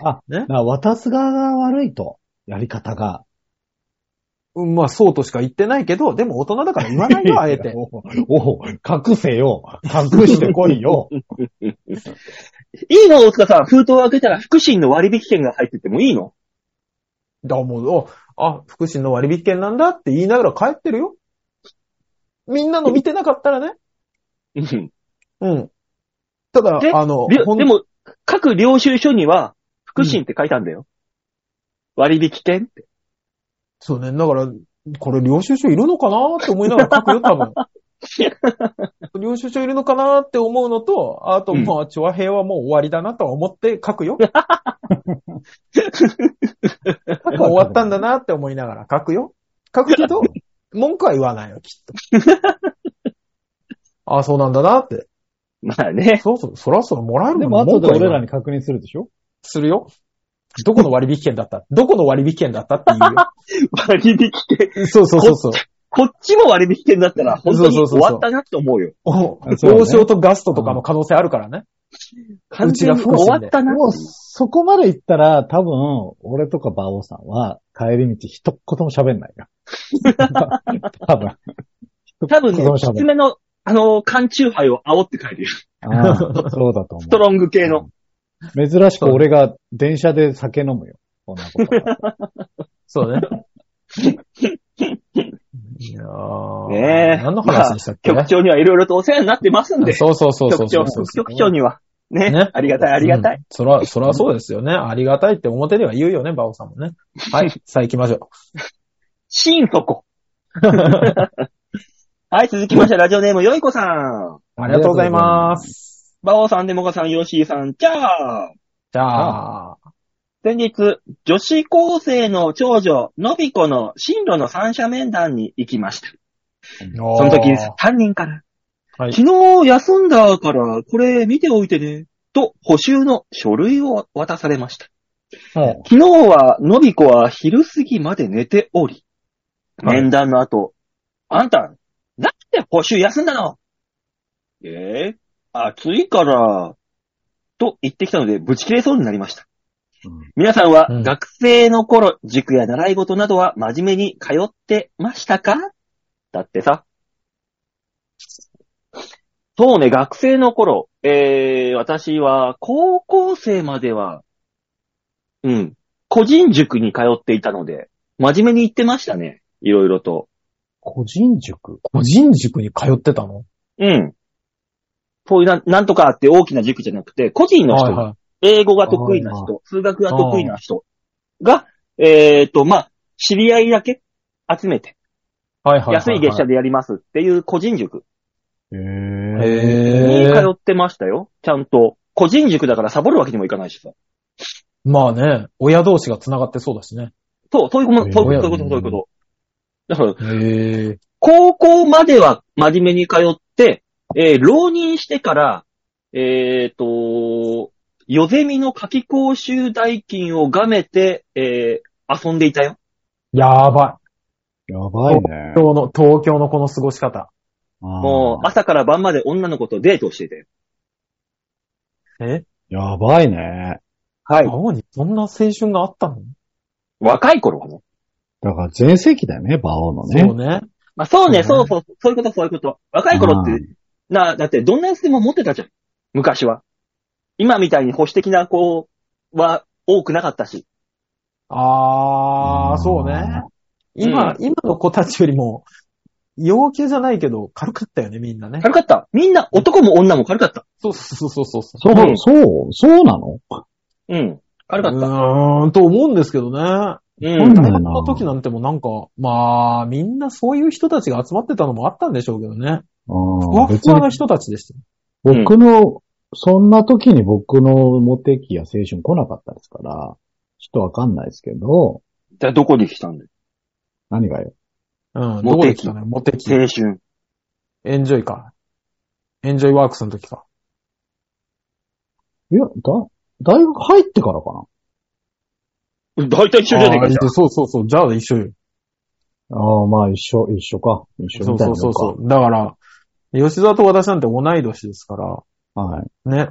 C: あ、
B: ね。
C: な渡す側が悪いと。やり方が。
B: うん、まあ、そうとしか言ってないけど、でも大人だから言わない
A: (laughs)
B: よ、あえて。
C: おお、隠せよ。隠してこいよ。
A: いいの大塚さん。封筒を開けたら福神の割引券が入っててもいいの
B: だからもう、おあ、福祉の割引券なんだって言いながら帰ってるよ。みんなの見てなかったらね。
A: うん。
B: うん。ただ
A: で、
B: あの、
A: りょ
B: ほん
A: でも、各領収書には、福神って書いたんだよ。割引券って。
B: そうね、だから、これ領収書いるのかなって思いながら書くよ、多分。領収書いるのかなって思うのと、あと、
A: うん
B: まあ、調和平はもう終わりだなとは思って書くよ。もう終わったんだなって思いながら書くよ。書くけど、文句は言わないよ、きっと。ああ、そうなんだなって。
A: まあ
B: (laughs)
A: ね。
B: そうそう、そらそらもらえる
C: (laughs) で
B: の
C: も、
B: も
C: 後
B: 文
C: で
B: 句は
C: 俺
B: 言わ
C: ら
B: ない
C: に確認するでしょ
B: するよ。どこの割引券だったどこの割引券だったって言う
A: 割引券。
B: よ。そうそうそうそう。
A: こっちも割引券だったら、本当
B: そうそ
A: に
B: うそ
A: 終
B: うそう
A: わったなって思うよ。
B: お
C: そうね
B: 王将とガストとかの可能性あるからね。
A: 完全に
B: うちが福神で
A: 終わったな
C: もう、
A: っていう。
C: そこまで行ったら、多分、俺とか馬王さんは、帰り道一言も喋んないよ。 (laughs) 多分。
A: 多分ね
C: 一言も、
A: きつ
C: 喋んない
A: めの、あの、缶チューハイを煽って帰るよ。
C: ああそうだと思
A: ストロング系の。
C: う。珍しく俺が電車で酒飲むよ。こんなこと。 (laughs)
B: そうね。いやー
A: ねえ
B: 何の話でしたっけ、
A: 局長にはいろいろとお世話になってますんで。
B: そうそうそう
A: 局
B: そうそ
A: 長、
B: うそう。
A: 副局長には。ね
B: ね。
A: ありがたい、ありがた
B: う
A: い
B: ん。。そ (laughs) ら、そらそうですよね。ありがたいって表では言うよね、バオさんもね。 (laughs) はい、さあ行きましょ
A: 心
B: (laughs)
A: 底。はい、続きまして、ラジオネーム、よいこさん。
B: う。ありがとうございます。
A: バオさん、デモカさん、ヨッシーさん、チャー
B: じゃあ、
A: 先日、女子高生の長女、のびこの進路の三者面談に行きました。そ
B: そ
A: の時、担任から、
B: はい
A: 昨日休んだから、これ見ておいてね、と補修の書類を渡されました。
C: ありがとうございます
A: 昨日は、のびこは昼過ぎまで寝ており、
C: はい
A: 面談の後、あんた、なんで補習休んだのええ暑いから、と言ってきたので、ぶち切れそうになりました。
C: うん
A: 皆さんは、
B: うん
A: 学生の頃、塾や習い事などは真面目に通ってましたかだってさ。そうね、学生の頃、えー、私は、高校生までは、うん、個人塾に通っていたので、真面目に行ってましたね。いろいろと。
B: 個人塾個人塾に通ってたの
A: うん。そういうな、なんとかって大きな塾じゃなくて、個人の人、
B: はいはい。
A: 英語が得意な人、数学が得意な人が、えっ、と、まあ、知り合いだけ集めて、
B: はいはいはは。
A: 安い月謝でやりますっていう個人塾
C: うん。へえ。
A: に
B: へ
A: 通
B: ー。
A: ってましたよ。ちゃんと。個人塾だからサボるわけにもいかないしさ。
B: まあね、親同士が繋がってそうだしね。
A: そう、そういうこと、
C: えー
A: そういうこと、そういうこと。だから、
B: へえ。
A: 高校までは真面目に通って、えー浪人してから、えっ、と、夜ゼミの夏季講習代金をがめて、えー遊んでいたよ。
B: やば
C: やばいね。
B: い。今日の、東京のこの過ごし方。
A: もう、朝から晩まで女の子とデートをしていたよ。
B: え
C: う。やばいね。
A: は。
B: 青にそんな青春があったの
A: 若い頃はね。
C: だから、全盛期だよね、馬王の
B: そう
C: ね。
B: ね。
A: まあ、そうね、そう
B: そ
A: うそう、そういうこと、そういうこと。若い頃っ
C: う
A: て、な、だってどんなやつでも持ってたじゃん。昔は。今みたいに保守的な子は多くなかったし。
B: あ
C: う
B: ー、
C: ん
B: そうね。今、今の子たちよりも、陽気じゃないけど、軽かったよね、みんなね。
A: 軽かった。みんな男も女も軽かった。
B: そうそうそうそうそう。
C: そうう、
A: ん
C: そう、そうなの
A: うん。軽か
B: う
A: った。
B: ーん、と思うんですけどね。
A: うん
C: そう
B: 大
C: だ
B: 学
C: よな
B: の時なんてもなんか、まあ、みんなそういう人たちが集まってたのもあったんでしょうけどね。ふわ
C: ああ、別
B: ふわ
C: に
B: な人たちでしたよ。
C: 僕の、そんな時に僕のモテ期や青春来なかったですから、ちょっとわかんないですけど、
A: じゃあどこに来たんだよ。
C: 何がよ。
B: うん、ど
A: モ
B: こ
A: テ
B: で
A: 期
B: 来たのモテ期。
A: 青春。
B: エンジョイか。エンジョイワークスの時か。
C: いや、だ、大学入ってからかな。
A: 大体一緒じゃねえか、じゃ
B: あーそうそうそう。じゃあ一緒よ。
C: ああ、まあ一緒、一緒か。一緒
B: そ
C: み
B: う
C: たい
B: そ
C: なもん
B: う
C: か。
B: そうそう。だから、吉沢と私なんて同い年ですか
C: はい。
B: ら、ね。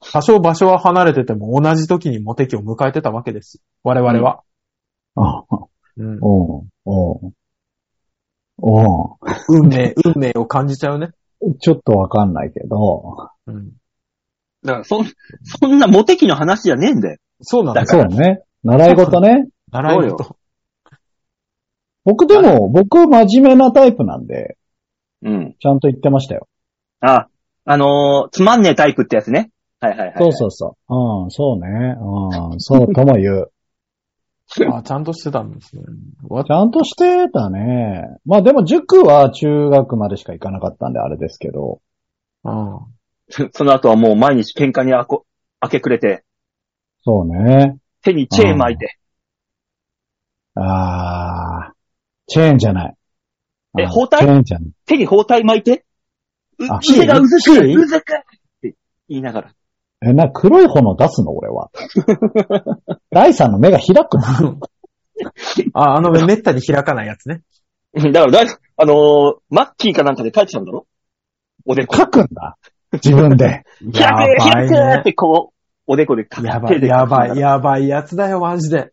B: 多少場所は離れてても同じ時にモテ期を迎えてたわけです。我々は。
C: あ、
B: うん。
C: おうん、おうん。お
B: 運命、運命を感じちゃうね。
C: うん。ちょっとわかんないけど。
B: うん。
A: だから、そん、そんなモテ期の話じゃねえんだよ。
B: そうなんだ
A: だ
B: よ。
C: そうだね。習い事ね。
B: 習い事。
C: 僕でも、僕真面目なタイプなんで、
A: うん。
C: ちゃんと言ってましたよ。
A: あ、あのーつまんねえタイプってやつね。はいはいはい。
C: そうそうそう。うん、そうね。 (laughs) うん、そうとも言う。
B: あ、ちゃんとしてたんですね。わ
C: ちゃんとしてたね。まあでも塾は中学までしか行かなかったんであれですけど。
B: うん。
A: う。 (laughs) その後はもう毎日喧嘩にあこ、明け暮れて、
C: そうね。
A: 手にチェーン巻いて、
C: あー、チェーンじゃない。
A: え
C: あの
A: 包帯
C: チェーンじゃない。
A: 手に包帯巻いて、う
C: あ
A: 腕がうずく、
B: 種類
A: うずくって言いながら。 (laughs)
C: え、な、黒い炎出すの俺 (laughs) は。第三の目が開くの
B: あ、あの、めったに開かないやつね。
A: うんだからだい、あのーマッキーかなんかで書いてたんだろおでこ。
C: 書くんだ。自分で。
A: 開く開くっ
B: ね。
A: てこう、おでこで書
B: やばい、やばい、やばいやつだよ、マジで。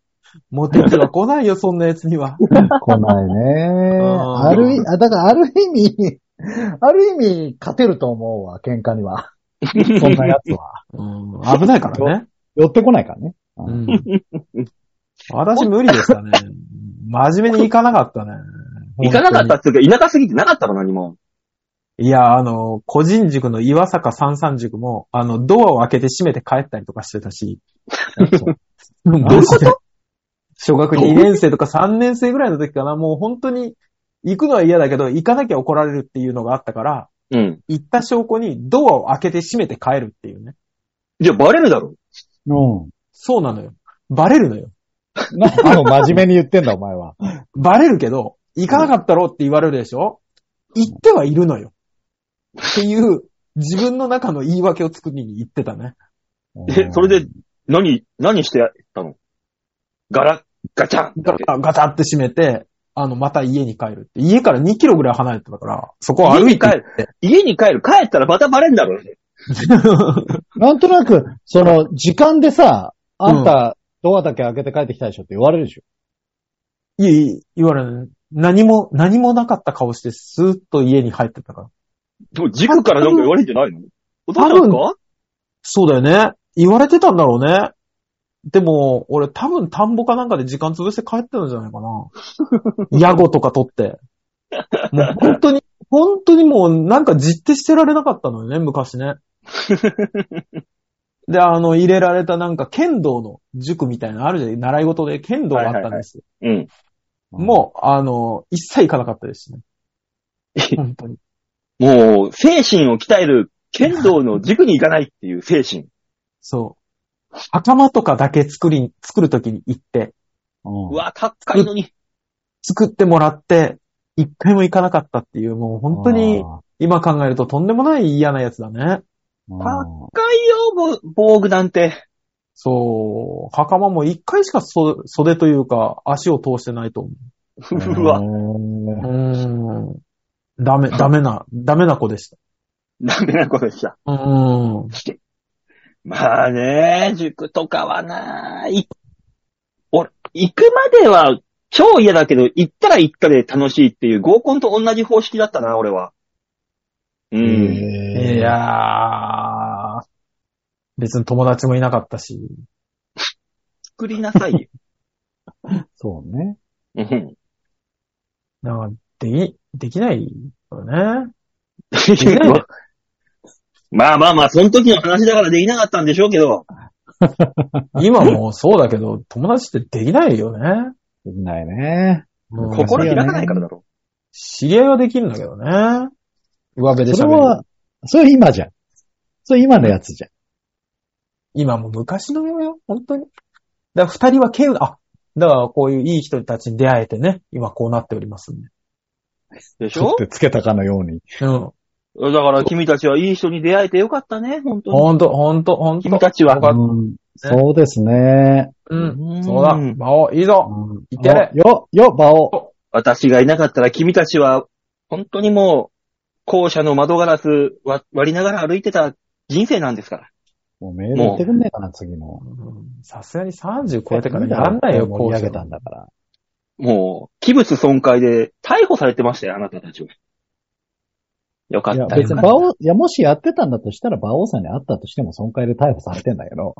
B: モテ期は来ないよ、そんなやつには。
C: 来ないね。
B: うん
C: あるい、あ、だからある意味、 (laughs) ある意味、勝てると思うわ、喧嘩には。そんなやつは。
B: うん、危ないからね。
C: 寄ってこないからね。う
B: うん。私無理でしたね。真面目に行かなかったね。
A: 行かなかったっつうか、田舎すぎてなかったの何も。
B: いや、あの、個人塾の岩坂三三塾も、あの、ドアを開けて閉めて帰ったりとかしてたし。
C: そう
B: どう
C: ういう
B: こと小学2年生とか3年生ぐらいの時かな、もう本当に、行くのは嫌だけど、行かなきゃ怒られるっていうのがあったから、
A: うん。
B: 行った証拠にドアを開けて閉めて帰るっていうね。
A: じゃあバレるだろ。
C: うん。
B: そうなのよ。バレるのよ。
C: 何を真面目に言ってんだ、お前は。
B: バレるけど、行かなかったろって言われるでしょ行ってはいるのよ。っていう、自分の中の言い訳を作りに行ってたね。
A: え、それで、何、何してやったのガラ、ガチャンだっけ
B: ガタって閉めて、あの、また家に帰るって。家から2キロぐらい離れてたから、そこを歩いて行って。
A: 家に帰る。帰ったらまたバレんだろ。
C: なんとなく、その、時間でさ、あんた、ドアだけ開けて帰ってきたでしょって言われるでしょ。
B: いえいえ、言われない。何も、何もなかった顔して、スーッと家に入ってたから。
A: でも塾からなんか言われんじゃないのお父さんか
B: そうだよね。言われてたんだろうね。でも、俺多分田んぼかなんかで時間潰して帰ってたんじゃないかな。ヤゴとか取って。もう本当に、本当にもうなんかじってしてられなかったのよね、昔ね。で、あの、入れられたなんか剣道の塾みたいなのあるじゃん。習い事で剣道があったんですよ。
A: うん。
B: もう、あの、一切行かなかったですね。本当に。
A: もう、精神を鍛える剣道の塾に行かないっていう精神。
B: そう。袴とかだけ作り、作るときに行って、
C: うん。
A: うわ、高いのに。
B: 作ってもらって、一回も行かなかったっていう、もう本当に、今考えるととんでもない嫌なやつだね。
C: うん、
A: パ高いよ、ぼ防具なんて。
B: そう、袴も一回しかそ袖というか足を通してないと思
A: (laughs) うわ、
C: うん
B: う。うーん。ダ (laughs) メ、ダメな、ダメな子でした。
A: ダメなことでした。
B: うーん。
A: まあね、塾とかはな、い、俺、行くまでは超嫌だけど、行ったら行ったで楽しいっていう合コンと同じ方式だったな、俺は。う。
C: うん
B: いやー。別に友達もいなかったし。
A: 作りなさいよ。
C: そうね。
A: うん。
B: なんか、でき、できないよね。
A: まあまあまあ、その時の話だからできなかったんでしょうけど。
B: 今もうそうだけど、友達ってできないよね。
C: できないね。
B: うん
A: 心開かないからだろ。
B: 知り合いはできるんだけどね。上辺で
C: そ
B: 喋
C: れは
B: る。、
C: それ今じゃん。それ今のやつじゃん。
B: 今も昔のよ、本当に。だから二人は剣、あ、だからこういういい人たちに出会えてね、今こうなっておりますんで。
A: でし
C: 取
A: ょ
C: ってつけたかのように。
B: うん。
A: だから君たちはいい人に出会えてよかったね、本当に。
B: ほんと、ほんと、ほん
A: 君
B: と。
A: たちは。
C: うんそうですね。
B: うん。
A: ん
B: そうだ。魔王、いいぞ。いけれ
C: およ、よ、バオ。
A: 私がいなかったら君たちは、本当にもう、校舎の窓ガラス割割りながら歩いてた人生なんですから。
C: もうメール言ってくんねえかな、次の。
B: うんさすがに30超えてからやんないよ、
C: 盛り上げ
B: こ
C: た
B: うん
C: だから。
A: もう、器物損壊で逮捕されてましたよ、あなたたちは。よか
C: いや、
A: った。
C: 別に馬王、いや、もしやってたんだとしたら、馬王さんに会ったとしても、損壊で逮捕されてんだけど。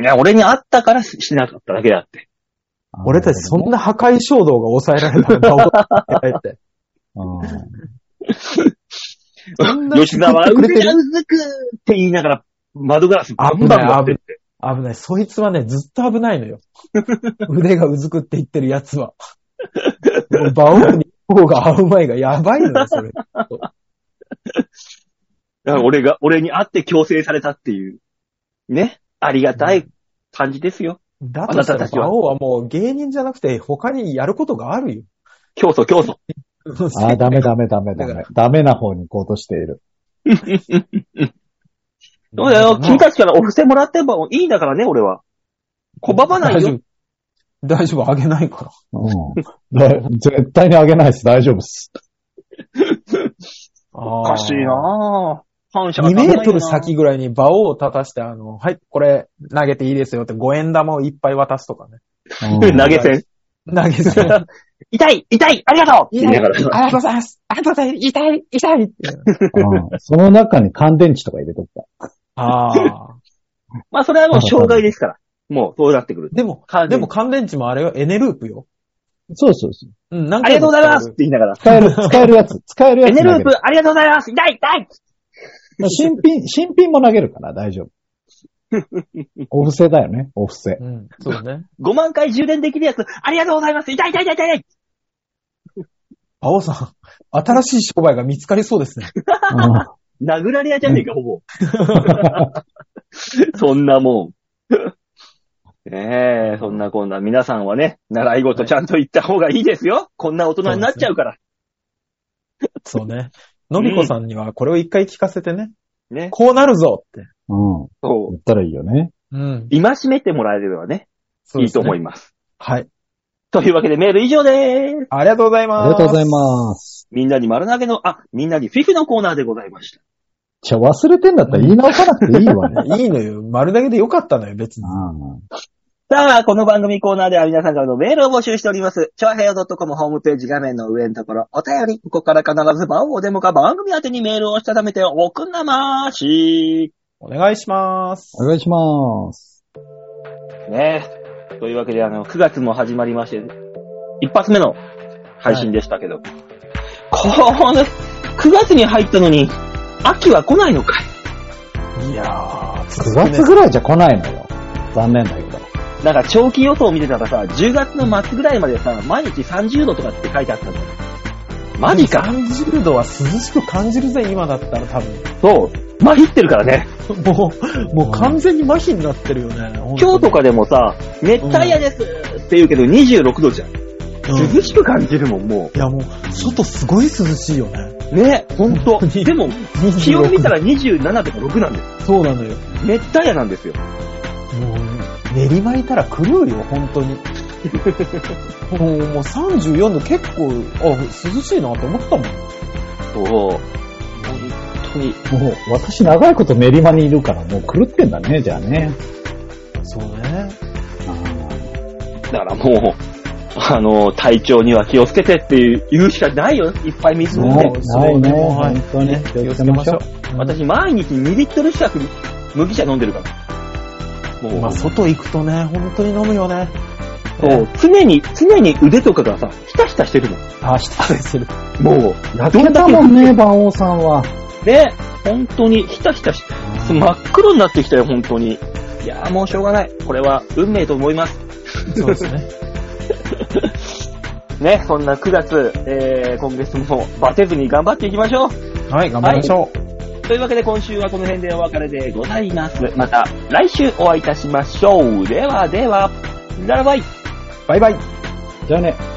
A: いや、俺に会ったからししなかっただけだって。
B: 俺たちそんな破壊衝動が抑えられたんだ、俺って。
C: うん。
B: (laughs) そんな
A: 吉沢、
B: 作って
A: う
B: くれ
A: ず
B: てる
A: くって言いながら、窓ガラスバンバン割ってって。
B: 危ない。そいつはね、ずっと危ないのよ。腕がうずくって言ってるやつ (laughs) は。バオに方が合う前がやばいのよ、それ。
A: だから俺が、俺に会って強制されたっていう、ね、ありがたい感じですよ。
B: だとした
A: あなたた
B: ら
A: ちは
B: バオはもう芸人じゃなくて他にやることがあるよ。
A: 競争競争。
C: あー、ダメダメダメダ
B: だか
C: メ。ダメな方に行こうとしている。
A: そうだよ、君たちからお布施もらってばいいんだからね、俺は。拒まないよ。
B: 大丈夫。大丈夫、あげないから。
C: うん。だ絶対にあげないです。大丈夫です。
A: お
B: お
A: かしいなぁ。反射が
B: 2
A: 足らない
B: メ
A: よな
B: ートル。先ぐらいに場を立たして、あの、はい、これ投げていいですよって5円玉をいっぱい渡すとかね。
C: うん
A: 投げ (laughs) 銭。
B: 投げて、
A: 痛い痛いありがとう (laughs) って言いなが
B: あり
A: ら。
B: がとうございますありがとうございます痛い痛いって。
C: うんその中に乾電池とか入れとくか。
B: ああ。
A: まあそれはもう障害ですから。もうそうなってくる。
B: でも
A: 乾電、池
B: でも乾電池もあれよ、エネループよ。
C: そうそうそう。
B: うん、何
A: あり
B: 回
A: がとう
B: も
A: ご
B: 使
A: ざい
B: える
A: ますって言いながら。
C: 使え (laughs) る、使えるやつ。使えるや
A: エ
C: つ投
A: ネ
C: げる。
A: ループありがとうございます痛い痛い
C: 新品、新品も投げるから大 (laughs) 丈夫。お布施だよね、お布 (laughs) 施。
B: うん、そうね。
A: !5 万回充電できるやつ、ありがとうございます痛い痛い痛い痛い
B: 青さん、新しい商売が見つかりそうですね。
A: 殴られ屋じゃねえか、ほぼ。 (laughs) そんな (laughs) もん。ねえ、そんなこんな、皆さんはね、習い事ちゃんと言った方がいいですよ。こんな大人になっちゃうから。
B: そうね。のびこさんにはこれを一回聞かせてね、
A: ね。
B: こうなるぞって。
C: うん。うん
A: そう。
C: 言ったらいいよね。
B: うん。
A: 今しめてもらえればね、いいと思い
B: ま
A: ます。
B: す。はい。
A: というわけでメール以上でーす。
B: ありがとうございます。
C: ありがとうございます。
A: みんなに丸投げの、あ、みんなにフィフのコーナーでございました。
C: じゃあ忘れてんだったら言い直さなくていいわ (laughs) ね。
B: いいのよ。丸投げでよかったのよ、別に。
C: うん
A: さあ、この番組コーナーでは皆さんからのメールを募集しております。超平洋 .com ホームページ画面の上のところ、お便り、ここから必ず番号デモか番組宛てにメールをしたためておくんなまーし
B: お願いします。
C: お願いします。
A: ねえ。というわけで、あの、9月も始まりまして、一発目の配信でしたけど、この、9月に入ったのに、秋は来ないのかい
B: いやー、
C: 9月ぐらいじゃ来ないのよ。残念だけど。
A: なんか長期予想を見てたらさ、10月の末ぐらいまでさ、毎日30度とかって書いてあったんだよ。マジか。
B: 30度は涼しく感じるぜ、今だったら多分。
A: そう。まひってるからね。
B: (laughs) もう、もう完全に麻痺になってるよね。
A: 今日とかでもさ、熱帯夜ですって言うけど26度じゃん。
B: うん
A: 涼しく感じるもん、も
B: いやもう、外すごい涼しいよね。
A: う。ね、ほんと。
B: 本当に
A: でも、気温見たら27とか6なんです。
B: そうなのよ。
A: 熱帯夜なんですよ。
B: もう、練馬いたら狂うよ、本当に。もう、もう34度結構、あ、涼しいなって思ったもん。
A: そう。本当に。
C: もう、私長いこと練馬にいるから、もう狂ってんだね、じゃあね。
B: そうね。
A: だからもう、あの、体調には気をつけてっていう言うしかないよ。いっぱい水飲んで
C: ね。ないね、
B: もうはい
C: 本当に。気をつけましょう。
A: 私、毎日2リットル近く麦茶飲んでるから。もう、
B: まあ、外行くとね、本当に飲むよね。
A: そう常に、常に腕とかがさ、ひたひたしてるの。
B: あ、失礼する。
A: もう、
C: 焼けたもんね、馬王さんは。
A: ね、本当にひたひたし、真っ黒になってきたよ、本当に。いやーもうしょうがない。これは運命と思います。
B: そうですね。
A: ね、そんな9月、えー、今月もバテずに頑張っていきましょう。
B: (laughs) はい、頑張りましょ
A: というわけで今週はこの辺でお別れでございます。また来週お会いいたしましょう。ではでは、ならばい。
B: う。バイバイ。じゃあね。